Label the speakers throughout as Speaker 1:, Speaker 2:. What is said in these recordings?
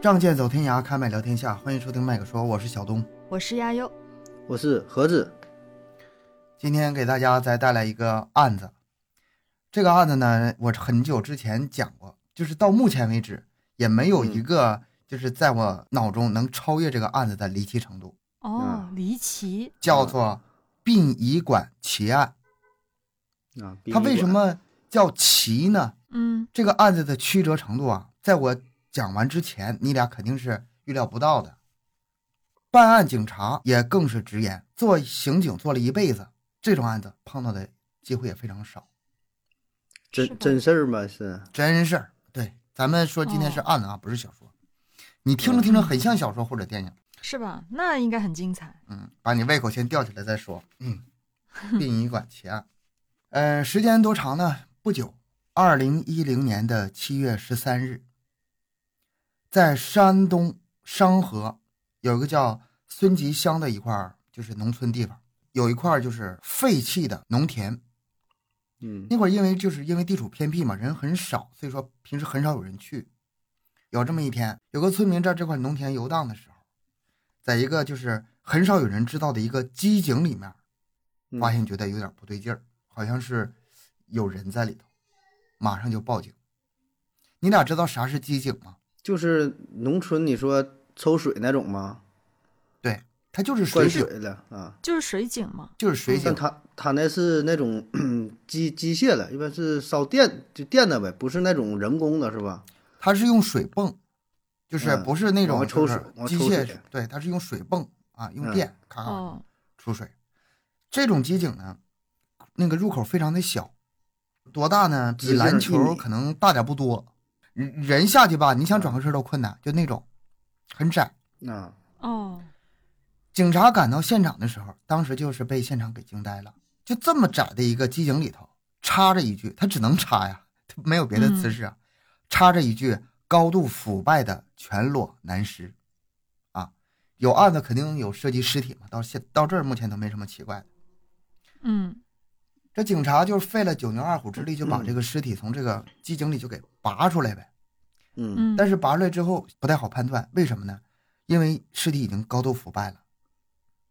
Speaker 1: 仗剑走天涯，开麦聊天下，欢迎收听麦克说，我是小东。
Speaker 2: 我是亚优，
Speaker 3: 我是盒子，
Speaker 1: 今天给大家再带来一个案子。这个案子呢，我很久之前讲过，就是到目前为止也没有一个就是在我脑中能超越这个案子的离奇程度，啊
Speaker 2: 哦，离奇，
Speaker 1: 叫做殡仪馆奇案。
Speaker 3: 啊，
Speaker 1: 它为什么叫奇呢？
Speaker 2: 嗯
Speaker 1: 这个案子的曲折程度啊，在我讲完之前，你俩肯定是预料不到的。办案警察也更是直言，做刑警做了一辈子，这种案子碰到的机会也非常少，
Speaker 2: 是吧
Speaker 3: 真真事儿吗？是
Speaker 1: 真事儿。对，咱们说今天是
Speaker 2: 哦
Speaker 1: 案子啊，不是小说。你听着听着很像小说或者电影，
Speaker 2: 是吧？那应该很精彩。
Speaker 1: 嗯，把你胃口先吊起来再说。嗯，殡仪馆奇案，呃，时间多长呢？不久，二零一零年的七月十三日，在山东商河有一个叫孙集乡的一块儿，就是农村地方，有一块儿就是废弃的农田。
Speaker 3: 嗯
Speaker 1: 那会儿因为就是因为地处偏僻嘛，人很少，所以说平时很少有人去。有这么一天，有个村民在这块农田游荡的时候，在一个就是很少有人知道的一个机井里面，
Speaker 3: 嗯
Speaker 1: 发现觉得有点不对劲儿，好像是有人在里头，马上就报警。你俩知道啥是机井吗？
Speaker 3: 就是农村你说抽水那种吗？
Speaker 1: 对，它就是水
Speaker 3: 灌
Speaker 1: 井，
Speaker 3: 水的啊，
Speaker 2: 就是水井嘛，
Speaker 1: 就是水井。
Speaker 3: 但他他那是那种 机机械的，一般是烧电就电的呗，不是那种人工的，是吧？
Speaker 1: 它是用水泵，就是
Speaker 3: 嗯
Speaker 1: 不是那
Speaker 3: 往
Speaker 1: 种
Speaker 3: 外抽
Speaker 1: 就是
Speaker 3: 水往外
Speaker 1: 机
Speaker 3: 抽
Speaker 1: 械
Speaker 3: 水，
Speaker 1: 对，它是用水泵啊，用
Speaker 3: 嗯
Speaker 1: 电咔咔
Speaker 2: 哦，
Speaker 1: 出水。这种机井呢，那个入口非常的小，多大呢？比
Speaker 3: 直径
Speaker 1: 篮
Speaker 3: 一
Speaker 1: 球
Speaker 3: 米
Speaker 1: 可能大点不多，人人下去吧，你想转个身都困难，就那种很窄。
Speaker 3: 啊，
Speaker 2: 哦，
Speaker 1: 警察赶到现场的时候，当时就是被现场给惊呆了。就这么窄的一个机井里头，插着一具，他只能插呀，他没有别的姿势啊，插着一具高度腐败的全裸男尸，啊，有案子肯定有涉及尸体嘛，到现到这儿目前都没什么奇怪的。
Speaker 2: 嗯，
Speaker 1: 这警察就是费了九牛二虎之力，就把这个尸体从这个机井里就给拔出来呗。
Speaker 3: 嗯
Speaker 2: 嗯，
Speaker 1: 但
Speaker 2: 是
Speaker 1: 是拔出来之后不太好判断，为什么呢？因为尸体已经高度腐败了，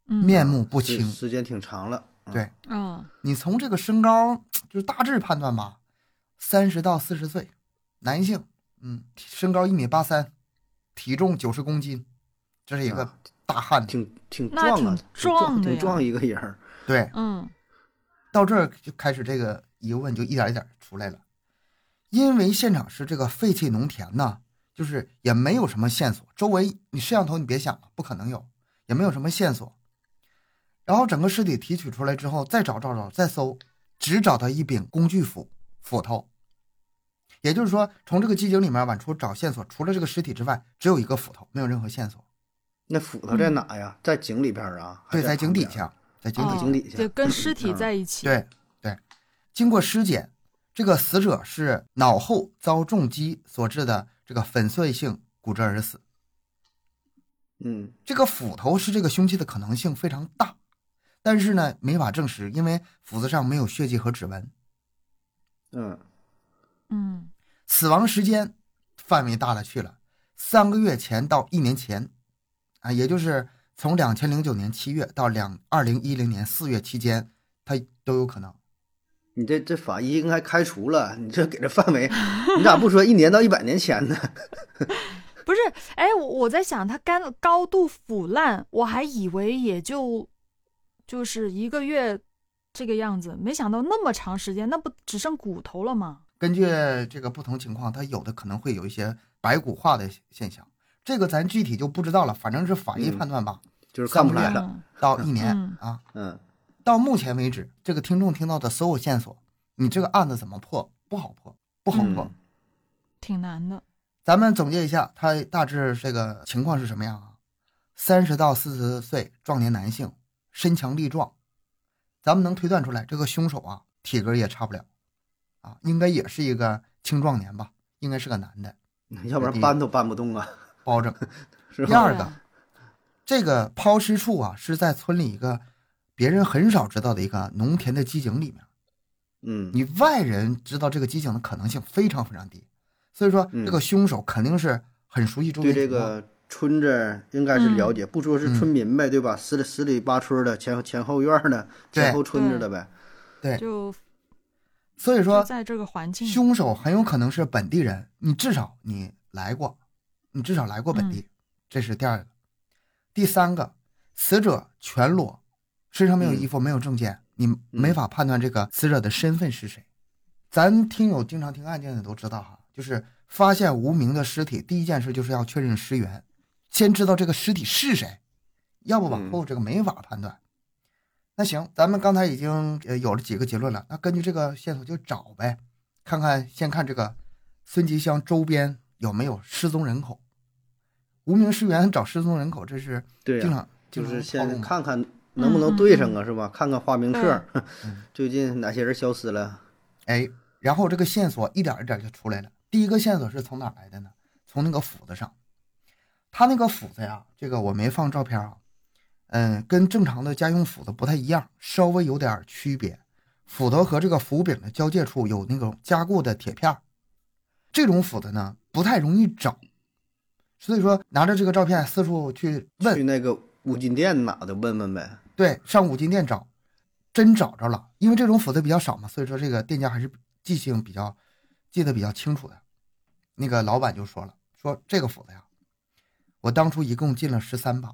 Speaker 2: 嗯
Speaker 1: 面目不
Speaker 3: 是
Speaker 1: 清。
Speaker 3: 时间挺长了，啊
Speaker 1: 对
Speaker 2: 啊，
Speaker 1: 你从这个身高，就是大致判断吧，三十到四十岁，男性，嗯，身高一米八三，体重九十公斤，这是一个
Speaker 3: 啊
Speaker 1: 大汉子。
Speaker 3: 挺挺
Speaker 2: 那
Speaker 3: 壮
Speaker 2: 挺
Speaker 3: 啊，挺壮
Speaker 2: 壮的
Speaker 3: 挺
Speaker 2: 呀
Speaker 3: 壮一个人儿，
Speaker 1: 对，
Speaker 2: 嗯
Speaker 1: 到这儿就开始这个疑问就一点一点出来了，因为现场是这个废弃农田呐，就是也没有什么线索，周围你摄像头你别想了，不可能有，也没有什么线索。然后整个尸体提取出来之后，再找找找再搜，只找到一柄工具斧斧头，也就是说，从这个机井里面往出找线索，除了这个尸体之外，只有一个斧头，没有任何线索。
Speaker 3: 那斧头在哪呀？在井里边儿啊？还
Speaker 1: 嗯对，在井
Speaker 3: 旁
Speaker 1: 底
Speaker 3: 边儿，
Speaker 1: 下，在井
Speaker 2: 哦，
Speaker 1: 底下。
Speaker 3: 井底下
Speaker 2: 对，跟尸体
Speaker 3: 嗯
Speaker 2: 在一起，
Speaker 1: 对对，经过尸检，这个死者是脑后遭重击所致的这个粉碎性骨折而死。
Speaker 3: 嗯
Speaker 1: 这个斧头是这个凶器的可能性非常大，但是呢，没法证实，因为斧子上没有血迹和指纹。
Speaker 3: 嗯
Speaker 2: 嗯
Speaker 1: 死亡时间范围大了去了，三个月前到一年前，啊，也就是从两千零九年七月到两二零一零年四月期间，它都有可能。
Speaker 3: 你这这法医应该开除了，你这给这范围，你咋不说一年到一百年前呢？
Speaker 2: 不是，哎，我我在想，它干高度腐烂，我还以为也就就是一个月这个样子，没想到那么长时间，那不只剩骨头了吗？
Speaker 1: 根据这个不同情况，它有的可能会有一些白骨化的现象，这个咱具体就不知道了，反正是法医
Speaker 3: 嗯
Speaker 1: 判断吧。
Speaker 3: 就是干不
Speaker 1: 对
Speaker 3: 来了，
Speaker 2: 嗯
Speaker 1: 到一年、
Speaker 2: 嗯
Speaker 1: 啊，
Speaker 3: 嗯
Speaker 1: 到目前为止，这个听众听到的所有线索，你这个案子怎么破？不好破，不好破。
Speaker 3: 嗯
Speaker 2: 挺难的，
Speaker 1: 咱们总结一下，他大致这个情况是什么样啊？三十到四十岁壮年男性，身强力壮，咱们能推断出来，这个凶手啊，体格也差不了，啊，应该也是一个青壮年吧，应该是个男的，
Speaker 3: 要不然搬都搬不动啊，
Speaker 1: 包拯。
Speaker 3: 是
Speaker 1: 第
Speaker 3: 吧？
Speaker 1: 二
Speaker 2: 对
Speaker 1: 个
Speaker 2: 啊，
Speaker 1: 这个抛尸处啊，是在村里一个别人很少知道的一个农田的机井里面。
Speaker 3: 嗯
Speaker 1: 你外人知道这个机井的可能性非常非常低，所以说
Speaker 3: 嗯
Speaker 1: 这个凶手肯定是很熟悉周
Speaker 3: 对
Speaker 1: 边
Speaker 3: 这
Speaker 1: 情况
Speaker 3: 个村子应该是了解，不说
Speaker 1: 嗯
Speaker 3: 是村民呗，对吧？十里十里八村的，前前后院的，
Speaker 1: 对
Speaker 3: 前后村子的呗。
Speaker 1: 对
Speaker 2: 就
Speaker 1: 所以
Speaker 2: 就
Speaker 1: 说
Speaker 2: 在这个环境，
Speaker 1: 凶手很有可能是本地人，你至少你来过，你至少来过本地，这是第二个。第三个，死者全裸，身上没有衣服，没有证件，你没法判断这个死者的身份是谁。咱听友经常听案件的都知道哈，就是发现无名的尸体，第一件事就是要确认尸源，先知道这个尸体是谁，要不往
Speaker 3: 嗯
Speaker 1: 后这个没法判断。那行，咱们刚才已经呃有了几个结论了，那根据这个线索就找呗，看看先看这个孙集乡周边有没有失踪人口。无名尸源找失踪人口，这是
Speaker 3: 对
Speaker 1: 经
Speaker 3: 呀、
Speaker 1: 常经
Speaker 3: 就
Speaker 1: 常
Speaker 3: 是
Speaker 1: 套路
Speaker 3: 先
Speaker 1: 嘛
Speaker 3: 看看能不能对上啊，是吧？看看花名册
Speaker 1: 嗯，
Speaker 3: 最近哪些人消失了？
Speaker 1: 哎，然后这个线索一点一点就出来了。第一个线索是从哪儿来的呢？从那个斧子上，他那个斧子呀，这个我没放照片啊，嗯，跟正常的家用斧子不太一样，稍微有点区别。斧头和这个斧柄的交界处有那种加固的铁片儿，这种斧子呢不太容易找，所以说拿着这个照片四处去问
Speaker 3: 去，那个五金店哪的问问呗。
Speaker 1: 对，上五金店找，真找着了。因为这种斧子比较少嘛，所以说这个店家还是记性比较记得比较清楚的。那个老板就说了，说这个斧子呀，我当初一共进了十三把，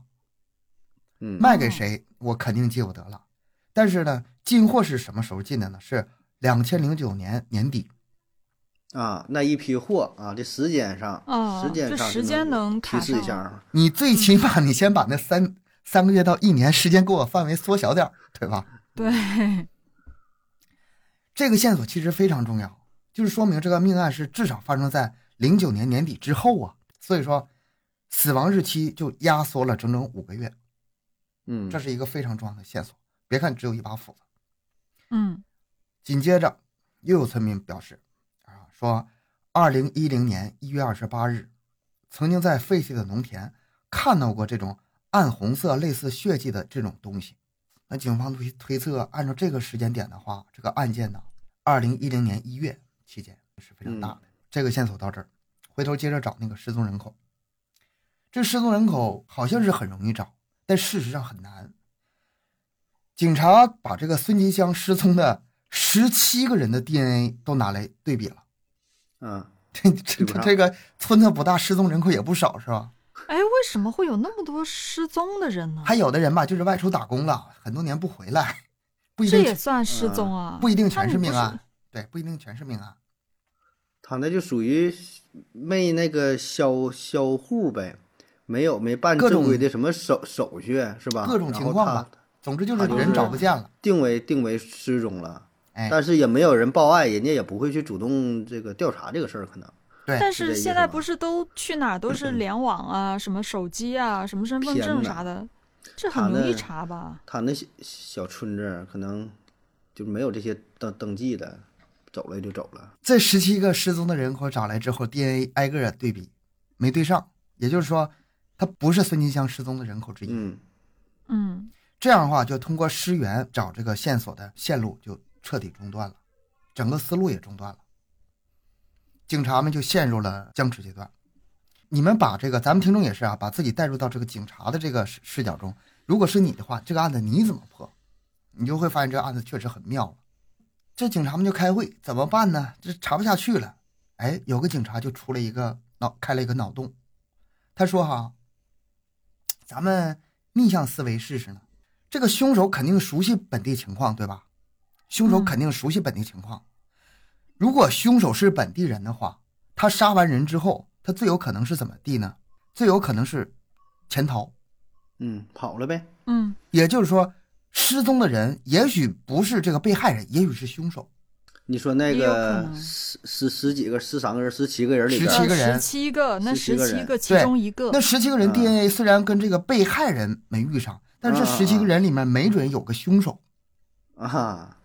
Speaker 3: 嗯，
Speaker 1: 卖给谁我肯定记不得了。但是呢，进货是什么时候进的呢？是两千零九年年底。
Speaker 3: 啊，那一批货啊，这时间上，
Speaker 2: 啊
Speaker 3: 时间
Speaker 2: 这
Speaker 3: 上
Speaker 2: 时
Speaker 3: 就
Speaker 2: 间能卡
Speaker 3: 提示一下
Speaker 2: 上
Speaker 3: 啊。
Speaker 1: 你最起码你先把那三三个月到一年时间给我范围缩小点儿，对吧？
Speaker 2: 对，
Speaker 1: 这个线索其实非常重要，就是说明这个命案是至少发生在零九年年底之后啊，所以说死亡日期就压缩了整整五个月，
Speaker 3: 嗯，
Speaker 1: 这是一个非常重要的线索。别看只有一把斧子，
Speaker 2: 嗯
Speaker 1: 紧接着又有村民表示啊，说二零一零年一月二十八日，曾经在废弃的农田看到过这种暗红色类似血迹的这种东西。那警方推推测，按照这个时间点的话，这个案件呢，二零一零年一月期间是非常大的。这个线索到这儿，回头接着找那个失踪人口。这失踪人口好像是很容易找，但事实上很难。警察把这个孙吉香失踪的十七个人的 DNA 都拿来对比了，
Speaker 3: 啊，
Speaker 1: 这这
Speaker 3: 对不上
Speaker 1: 这个村子不大，失踪人口也不少，是吧？
Speaker 2: 哎，为什么会有那么多失踪的人呢？
Speaker 1: 还有的人吧，就是外出打工了，很多年不回来， 不一
Speaker 2: 这也
Speaker 1: 定嗯
Speaker 2: 算失踪啊？
Speaker 1: 不一定
Speaker 2: 那
Speaker 1: 全
Speaker 2: 你
Speaker 1: 是
Speaker 2: 不
Speaker 1: 命案，对，不一定全是命案。
Speaker 3: 他那就属于没那个销销户呗，没有没办
Speaker 1: 各
Speaker 3: 正
Speaker 1: 种
Speaker 3: 规的什么手手续是吧？
Speaker 1: 各种情况吧
Speaker 3: 然后他
Speaker 1: 总之就是
Speaker 3: 他就是
Speaker 1: 人找不见了，
Speaker 3: 定为定为失踪了，
Speaker 1: 哎，
Speaker 3: 但是也没有人报案，人家也不会去主动这个调查这个事儿，可能
Speaker 1: 对
Speaker 2: 但
Speaker 3: 是这
Speaker 2: 是
Speaker 3: 意
Speaker 2: 现
Speaker 3: 思
Speaker 2: 在
Speaker 3: 吧
Speaker 2: 不是都去哪儿都是联网啊，什么手机啊，什么身份
Speaker 3: 天
Speaker 2: 证
Speaker 3: 哪
Speaker 2: 啥的，这
Speaker 3: 他
Speaker 2: 很容易
Speaker 3: 那
Speaker 2: 查吧？
Speaker 3: 他那小小村子可能就没有这些登登记的，走了也就走了。
Speaker 1: 这十七个失踪的人口找来之后，DNA 挨个儿对比，没对上，也就是说，他不是孙金香失踪的人口之一。
Speaker 3: 嗯
Speaker 2: 嗯
Speaker 1: 这样的话，就通过尸源找这个线索的线路就彻底中断了，整个思路也中断了。警察们就陷入了僵持阶段。你们把这个，咱们听众也是啊，把自己带入到这个警察的这个视视角中。如果是你的话，这个案子你怎么破？你就会发现这个案子确实很妙了。这警察们就开会，怎么办呢？这查不下去了。哎，有个警察就出了一个脑，开了一个脑洞。他说哈，咱们逆向思维试试呢。这个凶手肯定熟悉本地情况，对吧？凶手
Speaker 2: 嗯
Speaker 1: 肯定熟悉本地情况。如果凶手是本地人的话，他杀完人之后，他最有可能是怎么地呢？最有可能是潜逃。
Speaker 3: 嗯，跑了呗。
Speaker 2: 嗯，
Speaker 1: 也就是说，失踪的人也许不是这个被害人，也许是凶手。
Speaker 3: 你说那
Speaker 2: 也有可
Speaker 3: 个
Speaker 2: 能
Speaker 3: 十十十几个、十三个人、十七个人里边
Speaker 1: 17
Speaker 3: 儿，
Speaker 1: 个人
Speaker 2: 十七个，那
Speaker 3: 17
Speaker 2: 十
Speaker 3: 个
Speaker 2: 七
Speaker 3: 人
Speaker 2: 个其
Speaker 1: 对
Speaker 2: 中一个
Speaker 1: 那，十七个人
Speaker 3: 啊
Speaker 1: DNA 虽然跟这个被害人没遇上，但是这
Speaker 3: 啊啊
Speaker 1: 十七个人里面没准有个凶手。
Speaker 3: 啊，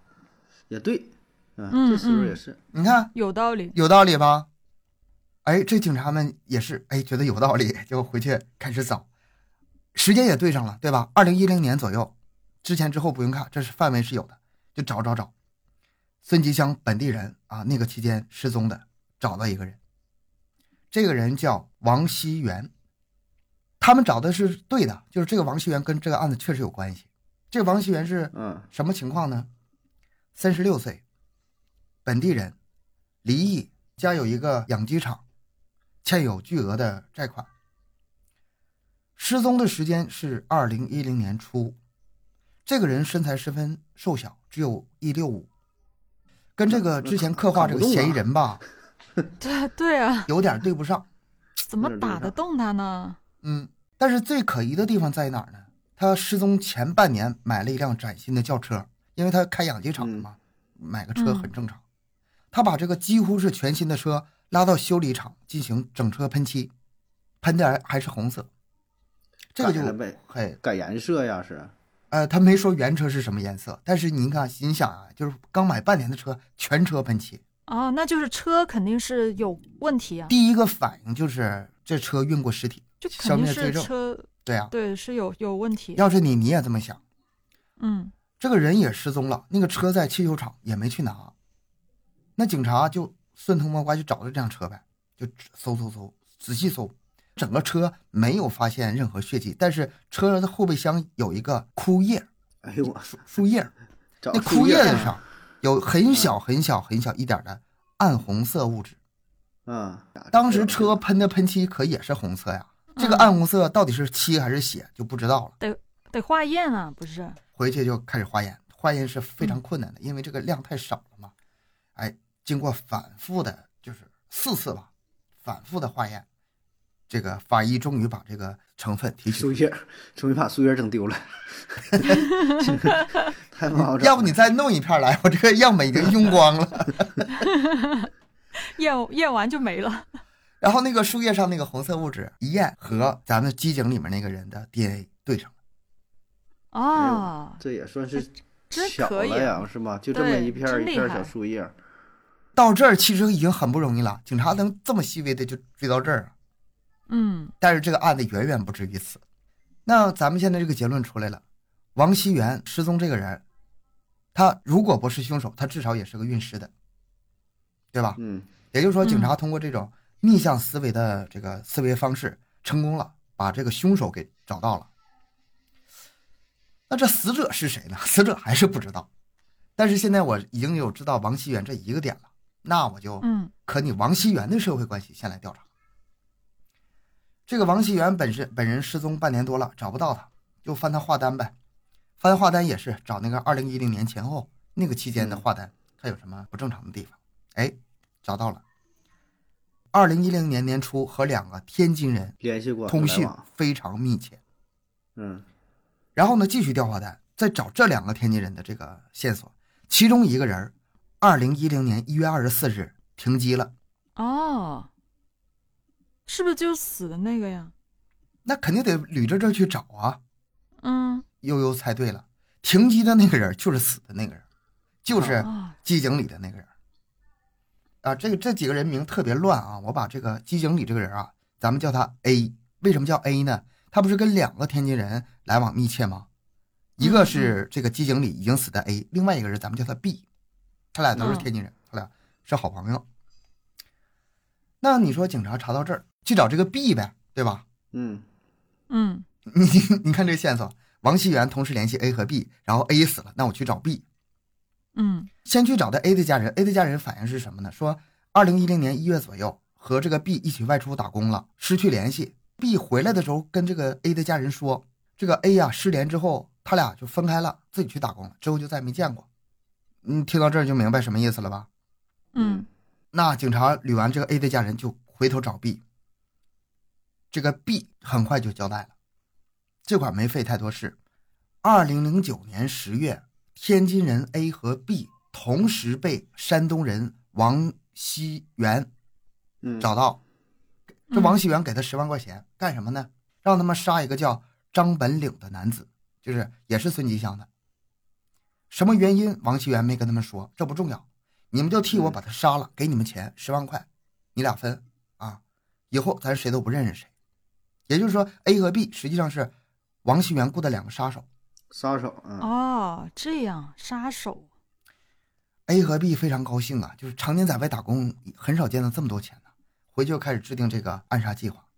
Speaker 3: 也对，嗯，
Speaker 2: 嗯
Speaker 3: 这时候
Speaker 2: 嗯
Speaker 3: 也是，
Speaker 1: 你看
Speaker 2: 有道理。
Speaker 1: 有道理吧？哎，这警察们也是哎觉得有道理，就回去开始找，时间也对上了，对吧？二零一零年左右，之前之后不用看，这是范围是有的，就找找找。孙吉香本地人啊，那个期间失踪的，找到一个人。这个人叫王熙元，他们找的是对的，就是这个王熙元跟这个案子确实有关系。这个王熙元是
Speaker 3: 嗯
Speaker 1: 什么情况呢？三十六岁，本地人，离异，家有一个养鸡场，欠有巨额的债款。失踪的时间是二零一零年初，这个人身材十分瘦小，只有一六五，跟这个之前刻画这个嫌疑人吧，
Speaker 2: 对对啊，
Speaker 1: 有点对不上。
Speaker 2: 怎么
Speaker 3: 有点
Speaker 2: 打
Speaker 3: 对
Speaker 2: 得
Speaker 3: 上
Speaker 2: 动他呢？
Speaker 1: 嗯，但是最可疑的地方在于哪儿呢？他失踪前半年买了一辆崭新的轿车，因为他开养鸡场的嘛，
Speaker 3: 嗯
Speaker 1: 买个车很正常。他把这个几乎是全新的车拉到修理厂进行整车喷漆，喷的还是红色。这个就
Speaker 3: 改了呗
Speaker 1: 很
Speaker 3: 改颜色呀是，
Speaker 1: 呃，他没说原车是什么颜色，但是你看，你想啊，就是刚买半年的车，全车喷漆，
Speaker 2: 哦，那就是车肯定是有问题啊，
Speaker 1: 第一个反应就是这车运过尸体，
Speaker 2: 就肯
Speaker 1: 消
Speaker 2: 定
Speaker 1: 灭罪
Speaker 2: 是
Speaker 1: 证。
Speaker 2: 车，
Speaker 1: 对啊，
Speaker 2: 对，是有有问题。
Speaker 1: 要是你你也这么想。
Speaker 2: 嗯，
Speaker 1: 这个人也失踪了，那个车在汽修厂也没去拿，那警察就顺藤摸瓜就找到这辆车呗，就搜搜搜，仔细搜，整个车没有发现任何血迹，但是车的后备箱有一个枯叶
Speaker 3: 哎呦我
Speaker 1: 树树叶，
Speaker 3: 找
Speaker 1: 那枯叶
Speaker 3: 叶
Speaker 1: 子上有很小很小很小一点的暗红色物质，
Speaker 3: 嗯，
Speaker 1: 当时车喷的喷漆可也是红色呀，这个
Speaker 2: 嗯
Speaker 1: 暗红色到底是漆还是血就不知道了。
Speaker 2: 得化验啊，不是？
Speaker 1: 回去就开始化验，化验是非常困难的，因为这个量太少了嘛。哎，经过反复的，就是四次吧，反复的化验，这个法医终于把这个成分提取出
Speaker 3: 树
Speaker 1: 来。
Speaker 3: 叶，终于把树叶整丢 了，太不好整了。
Speaker 1: 要不你再弄一片来，我这个样本已经用光了。
Speaker 2: 验验完就没了。
Speaker 1: 然后那个树叶上那个红色物质一验，和咱们机井里面那个人的 DNA 对上了。
Speaker 2: 哦，
Speaker 3: 这也算是
Speaker 2: 真
Speaker 3: 巧
Speaker 2: 可以
Speaker 3: 了呀，是吧？就这么
Speaker 2: 对
Speaker 3: 一片
Speaker 2: 真
Speaker 3: 儿一
Speaker 2: 厉
Speaker 3: 片儿
Speaker 2: 害
Speaker 3: 小树叶，
Speaker 1: 到这儿其实已经很不容易了，警察能这么细微的就追到这儿了。啊
Speaker 2: 嗯，
Speaker 1: 但是这个案子远远不止于此。那咱们现在这个结论出来了，王熙元失踪这个人，他如果不是凶手，他至少也是个运尸的，对吧？
Speaker 3: 嗯，
Speaker 1: 也就是说，警察通过这种逆向思维的这个思维方式，成功了，把这个凶手给找到了。那这死者是谁呢？ 死者还是不知道。但是现在我已经有知道王熙元这一个点了，那我就
Speaker 2: 嗯
Speaker 1: 可你王熙元的社会关系先来调查。这个王熙元本身本人失踪半年多了，找不到他，就翻他话单呗，翻话单也是找那个二零一零年前后那个期间的
Speaker 3: 嗯
Speaker 1: 话单，看有什么不正常的地方。哎，找到了。二零一零年年初和两个天津人
Speaker 3: 联系过
Speaker 1: 通
Speaker 3: 来
Speaker 1: 信
Speaker 3: 往
Speaker 1: 非常密切，
Speaker 3: 嗯
Speaker 1: 然后呢继续调话单，再找这两个天津人的这个线索，其中一个人，二零一零年一月二十四日停机了。
Speaker 2: 哦，是不是就是死的那个呀？
Speaker 1: 那肯定得捋着这儿去找啊。
Speaker 2: 嗯，
Speaker 1: 悠悠猜对了，停机的那个人就是死的那个人，就是
Speaker 2: 哦，
Speaker 1: 机井里的那个人。啊，这个这几个人名特别乱啊，我把这个机井里这个人啊，咱们叫他 A。为什么叫 A 呢？他不是跟两个天津人来往密切吗？一个是这个机井里已经死的 A，另外一个人咱们叫他 B，他俩都是
Speaker 2: 嗯
Speaker 1: 天津人，他俩是好朋友。那你说警察查到这儿，去找这个 B 呗，对吧？
Speaker 3: 嗯，
Speaker 2: 嗯，
Speaker 1: 你 你看这个线索，王熙元同时联系 A 和 B，然后 A 死了，那我去找 B，
Speaker 2: 嗯，
Speaker 1: 先去找的 A 的家人。A 的家人反映是什么呢？说二零一零年一月左右和这个 B 一起外出打工了，失去联系。B 回来的时候跟这个 A 的家人说，这个 A 呀、失联之后，他俩就分开了，自己去打工了，之后就再没见过。嗯，听到这儿就明白什么意思了吧？
Speaker 2: 嗯，
Speaker 1: 那警察捋完这个 A 的家人，就回头找 B。这个 B 很快就交代了，这块儿没费太多事。二零零九年十月，天津人 A 和 B 同时被山东人王熙元
Speaker 3: 嗯，
Speaker 1: 找到。这王熙元给他十万块钱干什么呢？让他们杀一个叫张本领的男子，就是也是孙吉祥的。什么原因？王熙元没跟他们说，这不重要。你们就替我把他杀了，给你们钱十万块，你俩分啊。以后咱谁都不认识谁。也就是说，A 和 B 实际上是王熙元雇的两个杀手。
Speaker 3: 杀手嗯，
Speaker 2: 哦，这样杀手，
Speaker 1: A 和 B 非常高兴啊，就是常年在外打工，很少见到这么多钱呢、回去就开始制定这个暗杀计划。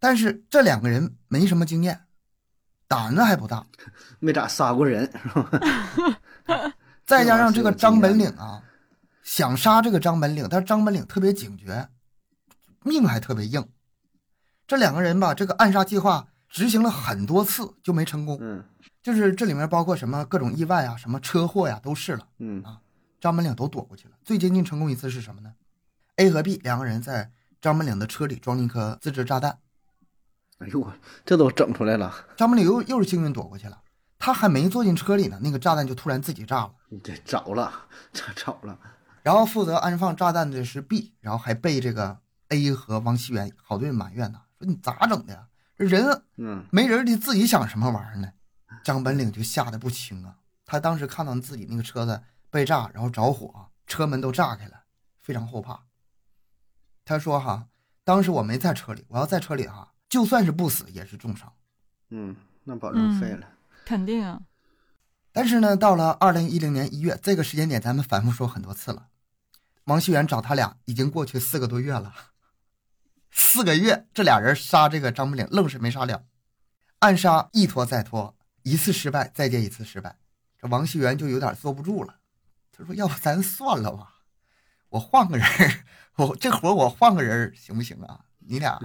Speaker 1: 但是这两个人没什么经验，胆子还不大，
Speaker 3: 没咋杀过人，是吧？
Speaker 1: 再加上这个张本领
Speaker 3: 这
Speaker 1: 啊，想杀这个张本领，但是张本领特别警觉，命还特别硬。这两个人吧，这个暗杀计划执行了很多次就没成功，
Speaker 3: 嗯
Speaker 1: 就是这里面包括什么各种意外啊、什么车祸呀、都是了。
Speaker 3: 嗯
Speaker 1: 张本领都躲过去了。最接近成功一次是什么呢？A 和 B 两个人在张本领的车里装了一颗自制炸弹，
Speaker 3: 哎呦我这都整出来了，
Speaker 1: 张本领又又是幸运躲过去了。他还没坐进车里呢，那个炸弹就突然自己炸了。
Speaker 3: 你这着了，这着了，
Speaker 1: 然后负责安放炸弹的是 B，然后还被这个 A 和王熙元好多人埋怨呐，说你咋整的呀？这人
Speaker 3: 嗯
Speaker 1: 没人，你自己想什么玩意儿呢？张本领就吓得不轻啊！他当时看到自己那个车子被炸，然后着火，车门都炸开了，非常后怕。他说：“哈，当时我没在车里，我要在车里哈，就算是不死也是重伤。
Speaker 3: 嗯，那保证废
Speaker 1: 嗯
Speaker 3: 了，
Speaker 2: 肯定啊，
Speaker 1: 但是呢，到了二零一零年一月这个时间点，咱们反复说很多次了。王熙元找他俩已经过去四个多月了，四个月，这俩人杀这个张本岭愣是没杀了，暗杀一拖再拖，一次失败再接一次失败，这王熙元就有点坐不住了。他说：“要不咱算了吧，我换个人儿， 我这活我换个人儿行不行啊？你俩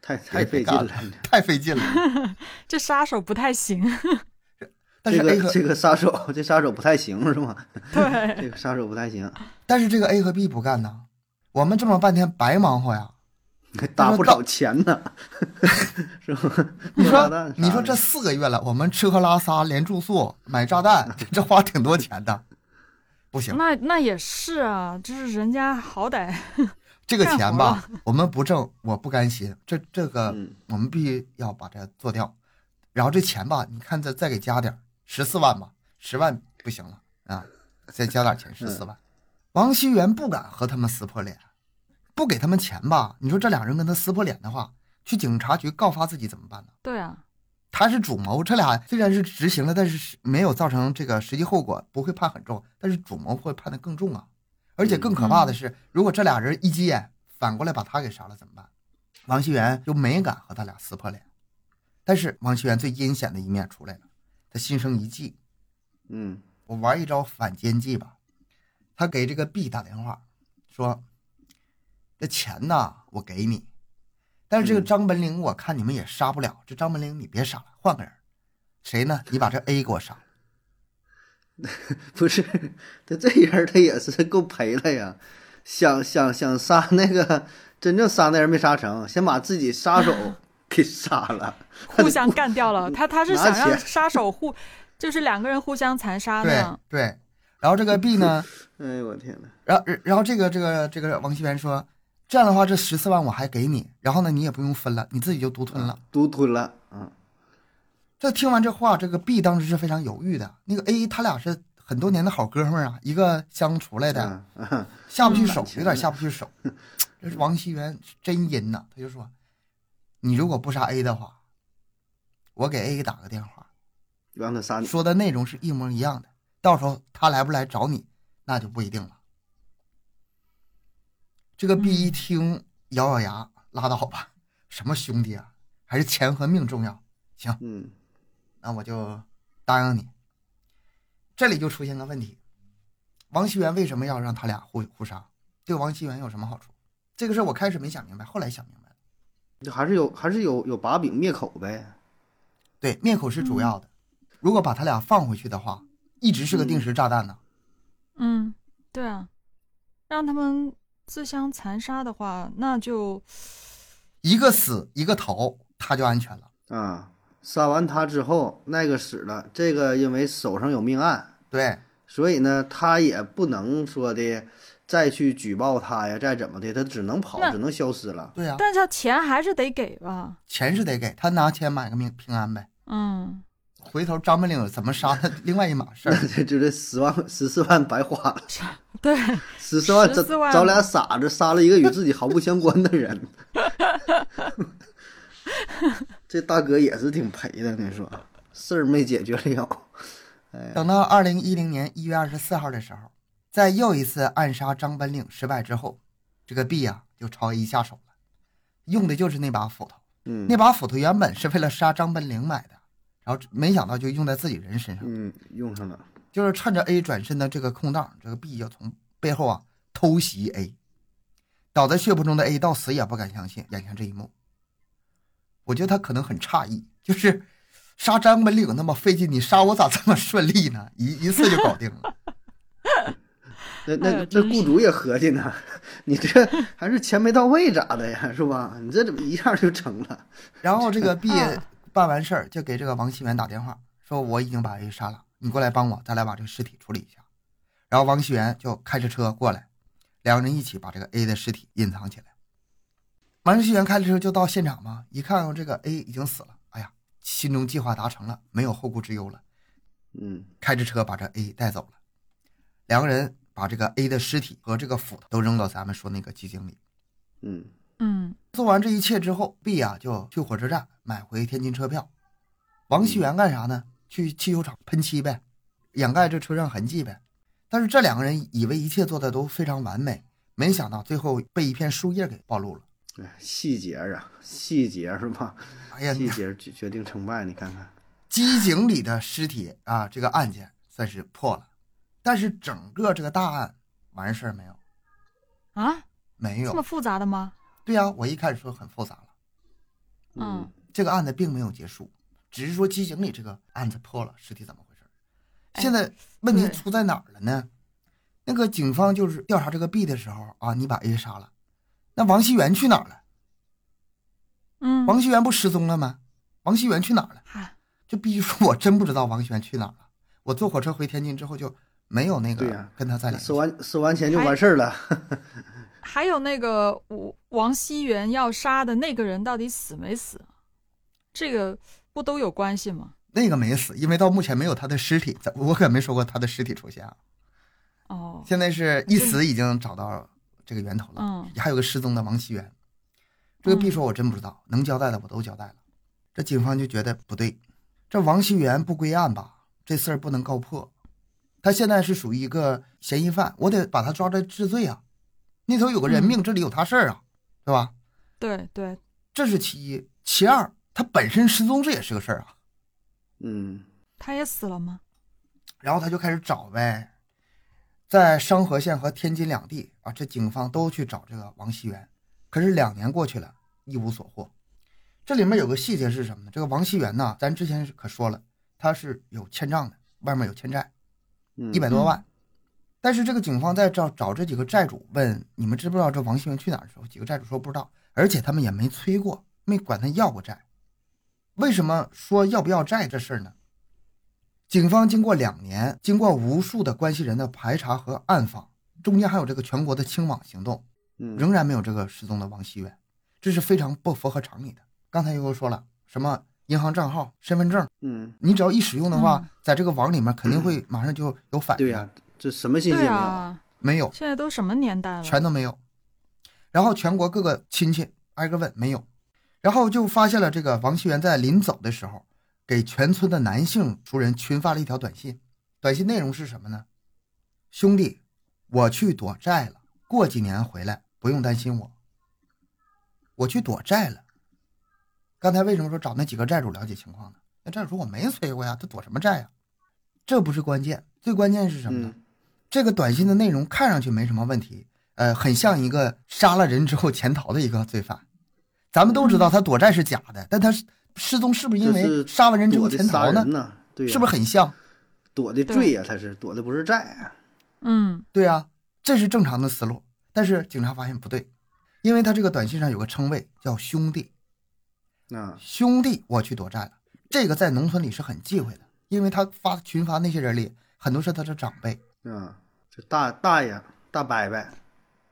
Speaker 3: 太太费劲了。
Speaker 1: 太费劲了。
Speaker 2: 这杀手不太 行。
Speaker 1: 但
Speaker 3: 这
Speaker 1: 是哎 A
Speaker 3: 个
Speaker 1: 和
Speaker 3: 这个杀手，这杀手不太行是吗？
Speaker 2: 对，
Speaker 3: 这个杀手不太行，
Speaker 1: 但是这个 A 和 B 不干呐，我们这么半天白忙活呀。”
Speaker 3: 打不少钱呢， 是吧？
Speaker 1: 你
Speaker 3: 炸弹
Speaker 1: 说
Speaker 3: 啥，的
Speaker 1: 你说这四个月了，我们吃喝拉撒连住宿买炸弹，这花挺多钱的，不行，
Speaker 2: 那那也是啊，就是人家好歹
Speaker 1: 这个
Speaker 2: 干
Speaker 1: 钱
Speaker 2: 活
Speaker 1: 吧，我们不挣，我不甘心，这这个
Speaker 3: 嗯
Speaker 1: 我们必须要把这做掉。然后这钱吧，你看再再给加点十四万吧，十万不行了啊，再加点钱十
Speaker 3: 嗯
Speaker 1: 四万。王熙元不敢和他们撕破脸，不给他们钱吧，你说这俩人跟他撕破脸的话，去警察局告发自己怎么办呢？
Speaker 2: 对 啊，
Speaker 1: 他是主谋，这俩虽然是执行了，但是没有造成这个实际后果，不会判很重，但是主谋会判的更重啊。而且更可怕的是，如果这俩人一急眼，反过来把他给杀了怎么办？王熙元就没敢和他俩撕破脸，但是王熙元最阴险的一面出来了，他心生一计，
Speaker 3: 嗯
Speaker 1: 我玩一招反间计吧。他给这个 B 打电话，说：“这钱呐，我给你，但是这个
Speaker 3: 嗯
Speaker 1: 张本领我看你们也杀不了，这张本领你别杀了，换个人，谁呢？你把这 A 给我杀了。
Speaker 3: 不是，他这人他也是够赔了呀，想想想杀那个真正杀那人没杀成，先把自己杀手 给杀了，
Speaker 2: 互相干掉 了。他他是
Speaker 3: 拿
Speaker 2: 想让
Speaker 3: 钱
Speaker 2: 杀手互，就是两个人互相残杀
Speaker 1: 对
Speaker 2: 呢。
Speaker 1: 对，然后这个 B 呢，
Speaker 3: 哎呦我天呐，
Speaker 1: 然后然后这个这个这个王熙元说，这样的话这十四万我还给你，然后呢你也不用分了，你自己就独吞了。
Speaker 3: 独吞了，嗯，
Speaker 1: 这听完这话，这个 B 当时是非常犹豫的。那个 A 他俩是很多年的好哥们儿啊，一个乡出来的，
Speaker 3: 嗯嗯
Speaker 1: 下不去手
Speaker 3: 嗯，
Speaker 1: 有点下不去手。 这是王熙元真阴呐，他就说：“你如果不杀 A 的话，我给 A 打个电话，
Speaker 3: 让他杀你，
Speaker 1: 说的内容是一模一样的，到时候他来不来找你，那就不一定了。”这个 B 一听，咬咬牙，拉倒吧，什么兄弟啊，还是钱和命重要。行，
Speaker 3: 嗯
Speaker 1: 那我就答应你。这里就出现个问题：王熙元为什么要让他俩互互杀？对王熙元有什么好处？这个事儿我开始没想明白，后来想明白了。
Speaker 3: 就还是有还是有有把柄灭口呗，
Speaker 1: 对，灭口是主要的。如果把他俩放回去的话，一直是个定时炸弹呢。
Speaker 2: 嗯，对啊，让他们自相残杀的话，那就
Speaker 1: 一个死一个逃，他就安全了。
Speaker 3: 啊，杀完他之后那个死了，这个因为手上有命案，
Speaker 1: 对，
Speaker 3: 所以呢，他也不能说的再去举报他呀，再怎么的，他只能跑
Speaker 2: 那，
Speaker 3: 只能消失了。
Speaker 1: 对呀、啊
Speaker 2: 但是他钱还是得给吧。
Speaker 1: 钱是得给他拿钱买个命平安呗。
Speaker 2: 嗯，
Speaker 1: 回头张本领怎么杀他，另外一码事
Speaker 3: 那
Speaker 1: 儿。
Speaker 3: 这就是十万十四万白花了，
Speaker 2: 对，
Speaker 3: 十四万找
Speaker 2: 14万
Speaker 3: 找俩傻子杀了一个与自己毫不相关的人，这大哥也是挺赔的。你说事儿没解决了有，
Speaker 1: 等到二零一零年一月二十四号的时候，在又一次暗杀张本岭失败之后，这个 B 呀、就朝 A 下手了，用的就是那把斧头。
Speaker 3: 嗯，
Speaker 1: 那把斧头原本是为了杀张本灵买的，然后没想到就用在自己人身上，
Speaker 3: 嗯用上了，
Speaker 1: 就是趁着 A 转身的这个空档，这个 B 就从背后啊偷袭 A，倒在血泊中的 A 到死也不敢相信眼前这一幕。我觉得他可能很诧异，就是杀张本领那么费劲，你杀我咋这么顺利呢？一一次就搞定了。
Speaker 3: 那
Speaker 2: 哎呦
Speaker 3: 那那
Speaker 2: 真
Speaker 3: 雇主也合计呢， 你 这还是钱没到位咋的呀，是吧？你这怎么一下就成了？
Speaker 1: 然后这个 B
Speaker 2: 啊
Speaker 1: 办完事儿就给这个王熙元打电话，说我已经把 A 杀了，你过来帮我，咱俩把这个尸体处理一下。然后王熙元就开着车过来，两个人一起把这个 A 的尸体隐藏起来。王熙元开着车就到现场嘛，一看这个 A 已经死了，哎呀，心中计划达成了，没有后顾之忧了，
Speaker 3: 嗯
Speaker 1: 开着车把这 A 带走了。两个人把这个 A 的尸体和这个斧头都扔到咱们说那个基金里。
Speaker 3: 嗯
Speaker 2: 嗯
Speaker 1: 做完这一切之后，B 啊就去火车站买回天津车票。王熙元干啥呢？去汽修厂喷漆呗，掩盖这车上痕迹呗。但是这两个人以为一切做的都非常完美，没想到最后被一片树叶给暴露了。
Speaker 3: 哎，细节啊，细节是吧？
Speaker 1: 哎呀，
Speaker 3: 细节决决定成败，你看嗯看，
Speaker 1: 机井里的尸体啊，这个案件算是破了，但是整个这个大案完事儿没有？
Speaker 2: 啊，
Speaker 1: 没
Speaker 2: 这么
Speaker 1: 有。
Speaker 2: 复杂的吗？
Speaker 1: 对呀、我一开始说很复杂了，
Speaker 2: 嗯
Speaker 1: 这个案子并没有结束，只是说机井里这个案子破了，尸体怎么回事儿？
Speaker 2: 哎
Speaker 1: 现在问题
Speaker 2: 对
Speaker 1: 出在哪儿了呢？那个警方就是调查这个 B 的时候啊，你把 A 杀了，那王熙元去哪儿了？
Speaker 2: 嗯，
Speaker 1: 王熙元不失踪了吗？王熙元去哪儿了？
Speaker 2: 啊
Speaker 1: 这 B 就说我真不知道王熙元去哪儿了。我坐火车回天津之后就没有那
Speaker 3: 对
Speaker 1: 个
Speaker 3: 呀
Speaker 1: 跟他再
Speaker 3: 嗯，
Speaker 1: 联
Speaker 3: 收
Speaker 1: 系。
Speaker 3: 完收完钱就完事儿了。
Speaker 2: 还有那个王王熙元要杀的那个人到底死没死？这个不都有关系吗？
Speaker 1: 那个没死，因为到目前没有他的尸体，咱我可没说过他的尸体出现啊。
Speaker 2: 哦，
Speaker 1: 现在是一死已经找到这个源头了，
Speaker 2: 嗯
Speaker 1: 还有个失踪的王熙元。这个 B 说：“我真不知道，能交代的我都交代了。”这警方就觉得不对，这王熙元不归案吧，这事儿不能告破。他现在是属于一个嫌疑犯，我得把他抓来治罪啊。那头有个人命，这里有他事儿啊，对吧？
Speaker 2: 对对，
Speaker 1: 这是其一，其二，他本身失踪这也是个事儿啊。
Speaker 3: 嗯
Speaker 2: 他也死了吗？
Speaker 1: 然后他就开始找呗，在商河县和天津两地啊，这警方都去找这个王熙元，可是两年过去了，一无所获。这里面有个细节是什么呢？这个王熙元呢，咱之前可说了，他是有欠账的，外面有欠债
Speaker 3: 嗯，
Speaker 1: 一百多万。但是这个警方在找找这几个债主问你们知不知道这王熙元去哪儿的时候，几个债主说不知道，而且他们也没催过，没管他要过债。为什么说要不要债这事儿呢？警方经过两年，经过无数的关系人的排查和暗访，中间还有这个全国的清网行动，
Speaker 3: 嗯，
Speaker 1: 仍然没有这个失踪的王熙元，这是非常不符合常理的。刚才又说了，什么银行账号、身份证，
Speaker 3: 嗯，
Speaker 1: 你只要一使用的话，
Speaker 2: 嗯
Speaker 1: 在这个网里面 肯定会马上就有反应。
Speaker 3: 对呀、这什么信息
Speaker 2: 对
Speaker 3: 没有？
Speaker 2: 啊，
Speaker 1: 没有，
Speaker 2: 现在都什么年代了？
Speaker 1: 全都没有。然后全国各个亲戚挨个问，没有。然后就发现了这个王熙元在临走的时候，给全村的男性熟人群发了一条短信，短信内容是什么呢？兄弟，我去躲债了，过几年回来，不用担心我。我去躲债了。刚才为什么说找那几个债主了解情况呢？那债主说我没催过呀，他躲什么债呀？这不是关键，最关键是什么呢？
Speaker 3: 嗯
Speaker 1: 这个短信的内容看上去没什么问题，呃，很像一个杀了人之后潜逃的一个罪犯。咱们都知道他躲债是假的，但他是失踪是不是因
Speaker 3: 嗯就
Speaker 1: 为
Speaker 3: 是
Speaker 1: 杀完人之后
Speaker 3: 躲的
Speaker 1: 潜
Speaker 3: 杀
Speaker 1: 逃呢
Speaker 3: 人？呐，对呀、
Speaker 1: 是不是很像？
Speaker 3: 躲的罪呀、他是躲的不是债啊、
Speaker 2: 嗯
Speaker 1: 对啊，这是正常的思路。但是警察发现不对，因为他这个短信上有个称谓叫兄弟，
Speaker 3: 啊，
Speaker 1: 兄弟，我去躲债了。这个在农村里是很忌讳的，因为他发群发那些人里很多是他的长辈。
Speaker 3: 嗯，这大大爷大伯伯，